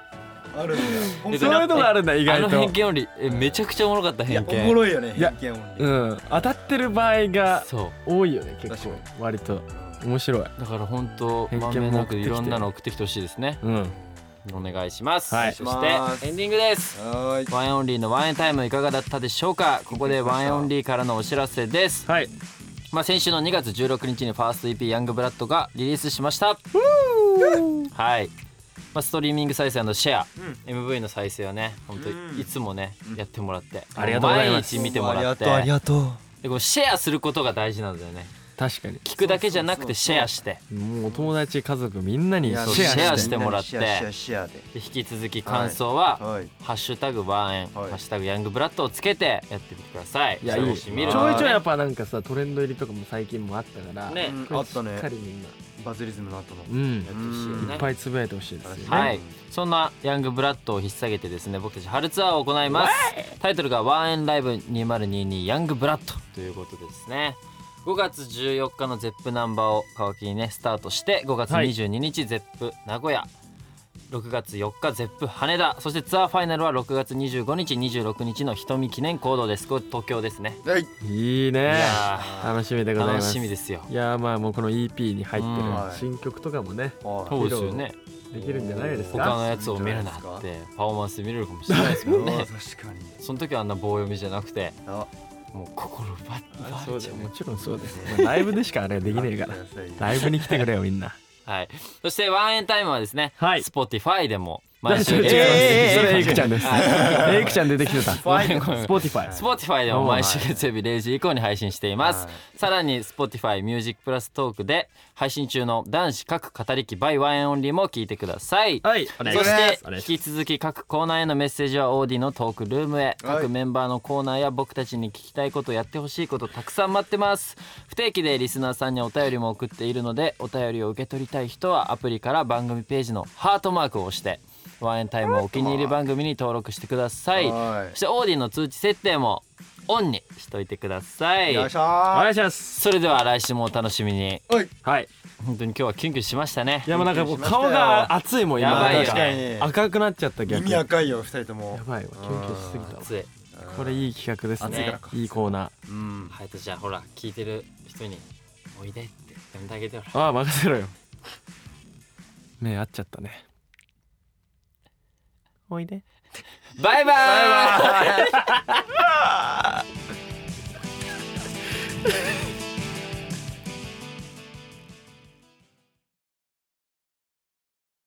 [SPEAKER 3] あるんだ
[SPEAKER 2] え
[SPEAKER 3] よ
[SPEAKER 1] そういうとこあるんだ意
[SPEAKER 2] あ
[SPEAKER 1] 外
[SPEAKER 2] の
[SPEAKER 1] と
[SPEAKER 2] 偏見よりえめちゃくちゃおもろかった
[SPEAKER 3] いや
[SPEAKER 2] 偏
[SPEAKER 3] おも
[SPEAKER 2] 見
[SPEAKER 3] ろいよね
[SPEAKER 1] いや
[SPEAKER 3] 偏見もね
[SPEAKER 1] うん当たってる場合が
[SPEAKER 2] そう
[SPEAKER 1] 多いよね結構
[SPEAKER 3] 確
[SPEAKER 1] 割と面白い
[SPEAKER 2] だから本当
[SPEAKER 1] 偏見も
[SPEAKER 2] ま
[SPEAKER 1] 送ってき
[SPEAKER 2] んべ
[SPEAKER 1] て
[SPEAKER 2] んなくいろんなの送ってきてほしいですね
[SPEAKER 1] うん
[SPEAKER 2] お願いします、
[SPEAKER 1] はい
[SPEAKER 2] そ
[SPEAKER 3] お願いしま
[SPEAKER 2] し
[SPEAKER 3] す
[SPEAKER 2] てエンディングです
[SPEAKER 3] はーい
[SPEAKER 2] ワンエンオンリーのワンエンタイムいかがだったでしょうかここでワンエンオンリーからのお知らせです、
[SPEAKER 1] はい
[SPEAKER 2] まあ、先週の2月16日にファースト EP「ヤングブラッドがリリースしましたはい、まあ、ストリーミング再生のシェア、MV の再生をね本当
[SPEAKER 3] うん
[SPEAKER 2] いつもね、やってもらって
[SPEAKER 1] ありがとうございます
[SPEAKER 2] 毎日見てもらって
[SPEAKER 3] どうもありがとうありがと
[SPEAKER 2] でこうシェアすることが大事なんだよね
[SPEAKER 1] 確かに
[SPEAKER 2] 聞くだけじゃなくてシェアして
[SPEAKER 1] もう友達家族みんな
[SPEAKER 3] う
[SPEAKER 1] に
[SPEAKER 3] い
[SPEAKER 1] シェ
[SPEAKER 3] や
[SPEAKER 1] ア
[SPEAKER 2] そう
[SPEAKER 1] して
[SPEAKER 2] シェアしてもらって
[SPEAKER 3] シェアシェアシェアで
[SPEAKER 2] で引き続き感想は、
[SPEAKER 3] はい
[SPEAKER 2] ハッシュタグワンエン、
[SPEAKER 3] はい
[SPEAKER 2] ハッシュタグヤングブラッドをつけてやってみてください。
[SPEAKER 1] いやい
[SPEAKER 2] それ
[SPEAKER 1] い
[SPEAKER 2] も
[SPEAKER 1] ち
[SPEAKER 2] し
[SPEAKER 1] ょ
[SPEAKER 2] 見
[SPEAKER 1] い
[SPEAKER 2] る
[SPEAKER 1] ち
[SPEAKER 2] のは
[SPEAKER 1] ょいやっぱなんかさトレンド入りとかも最近もあったから
[SPEAKER 2] ね
[SPEAKER 3] うん
[SPEAKER 1] これ
[SPEAKER 3] あったね
[SPEAKER 1] しっかりみんな
[SPEAKER 3] バズリズムの後の
[SPEAKER 1] うん
[SPEAKER 2] やってほしいよ
[SPEAKER 1] い
[SPEAKER 2] ね
[SPEAKER 1] っぱいつぶやいてほしいですよね
[SPEAKER 2] はい、そんなヤングブラッドを引っ提げてですね僕たち春ツアーを行いますタイトルが「ワンエンライブ2022ヤングブラッド」ということでですね5月14日のゼップナンバーを皮切りにねスタートして5月22日ゼップ名古屋6月4日ゼップ羽田そしてツアーファイナルは6月25日26日の瞳記念行動ですこれ東京ですね
[SPEAKER 3] はい
[SPEAKER 1] いい
[SPEAKER 2] い
[SPEAKER 1] ね
[SPEAKER 2] や
[SPEAKER 1] 楽しみ
[SPEAKER 2] ー
[SPEAKER 1] でございま
[SPEAKER 2] 楽
[SPEAKER 1] す
[SPEAKER 2] しみですよ
[SPEAKER 1] いやーまあもうこの EP に入って
[SPEAKER 2] うん
[SPEAKER 3] はい
[SPEAKER 1] る新曲とかもね
[SPEAKER 3] は
[SPEAKER 2] そうですよね
[SPEAKER 1] できるんじゃないです
[SPEAKER 2] 他
[SPEAKER 1] か
[SPEAKER 2] のやつを見るなってパフォーマンスで見れるかもしれない
[SPEAKER 3] (laughs)
[SPEAKER 2] ですもんね
[SPEAKER 3] 確かに
[SPEAKER 2] その時はあんな棒読みじゃなくて
[SPEAKER 3] あ
[SPEAKER 2] もう心奪って奪われちゃう
[SPEAKER 1] もちろんそうですまあライブでしかあれはできねえから
[SPEAKER 3] 待ってくださいよ
[SPEAKER 1] ライブに来てくれよみん (laughs) な
[SPEAKER 2] はいそしてワンエンタイムはですね、
[SPEAKER 1] はい
[SPEAKER 2] Spotify でも毎週
[SPEAKER 1] 違う違う
[SPEAKER 2] 月曜日
[SPEAKER 1] それエイクちゃんです
[SPEAKER 2] は
[SPEAKER 1] エイクちゃん出て (laughs) きてたス
[SPEAKER 2] ごめんごめん
[SPEAKER 1] ポティファイ
[SPEAKER 2] Spotify でも毎週月曜日0時以降に配信しています、
[SPEAKER 3] はい
[SPEAKER 2] さらに Spotify ミュージックプラストークで配信中の男子各語り機 by ワンエンオンリーも聞いてください
[SPEAKER 1] はいお
[SPEAKER 2] そして
[SPEAKER 1] お願いし
[SPEAKER 2] 引き続き各コーナーへのメッセージはオーディのトークルームへ各メンバーのコーナーや僕たちに聞きたいことやってほしいことたくさん待ってます不定期でリスナーさんにお便りも送っているのでお便りを受け取りたい人はアプリから番組ページのハートマークを押してワンエンタイムをお気に入り番組に登録してください
[SPEAKER 3] は
[SPEAKER 2] そしてオーディの通知設定もオンにしといてください
[SPEAKER 3] よいしょ
[SPEAKER 1] お
[SPEAKER 3] ー
[SPEAKER 1] 願いします
[SPEAKER 2] それでは来週もお楽しみに
[SPEAKER 3] はい
[SPEAKER 1] はい
[SPEAKER 2] 本当に今日はキュンキュンしましたね
[SPEAKER 1] いやもうなんかもう顔が熱いもん
[SPEAKER 2] やばいよ
[SPEAKER 1] なんか赤くなっちゃった逆に
[SPEAKER 3] 耳
[SPEAKER 1] や
[SPEAKER 3] 赤いよ二人とも
[SPEAKER 1] ばいわキュンキュンしすぎたわ
[SPEAKER 2] 熱い
[SPEAKER 1] これいい企画です
[SPEAKER 2] 熱いか
[SPEAKER 1] ね
[SPEAKER 2] ら
[SPEAKER 3] か
[SPEAKER 1] いいコーナ
[SPEAKER 3] うん
[SPEAKER 2] はいじゃあほら聞いてる人に「おいで」って呼んであげてほら
[SPEAKER 1] ーああ任せろよ目合っちゃったねおいで
[SPEAKER 2] バイバイ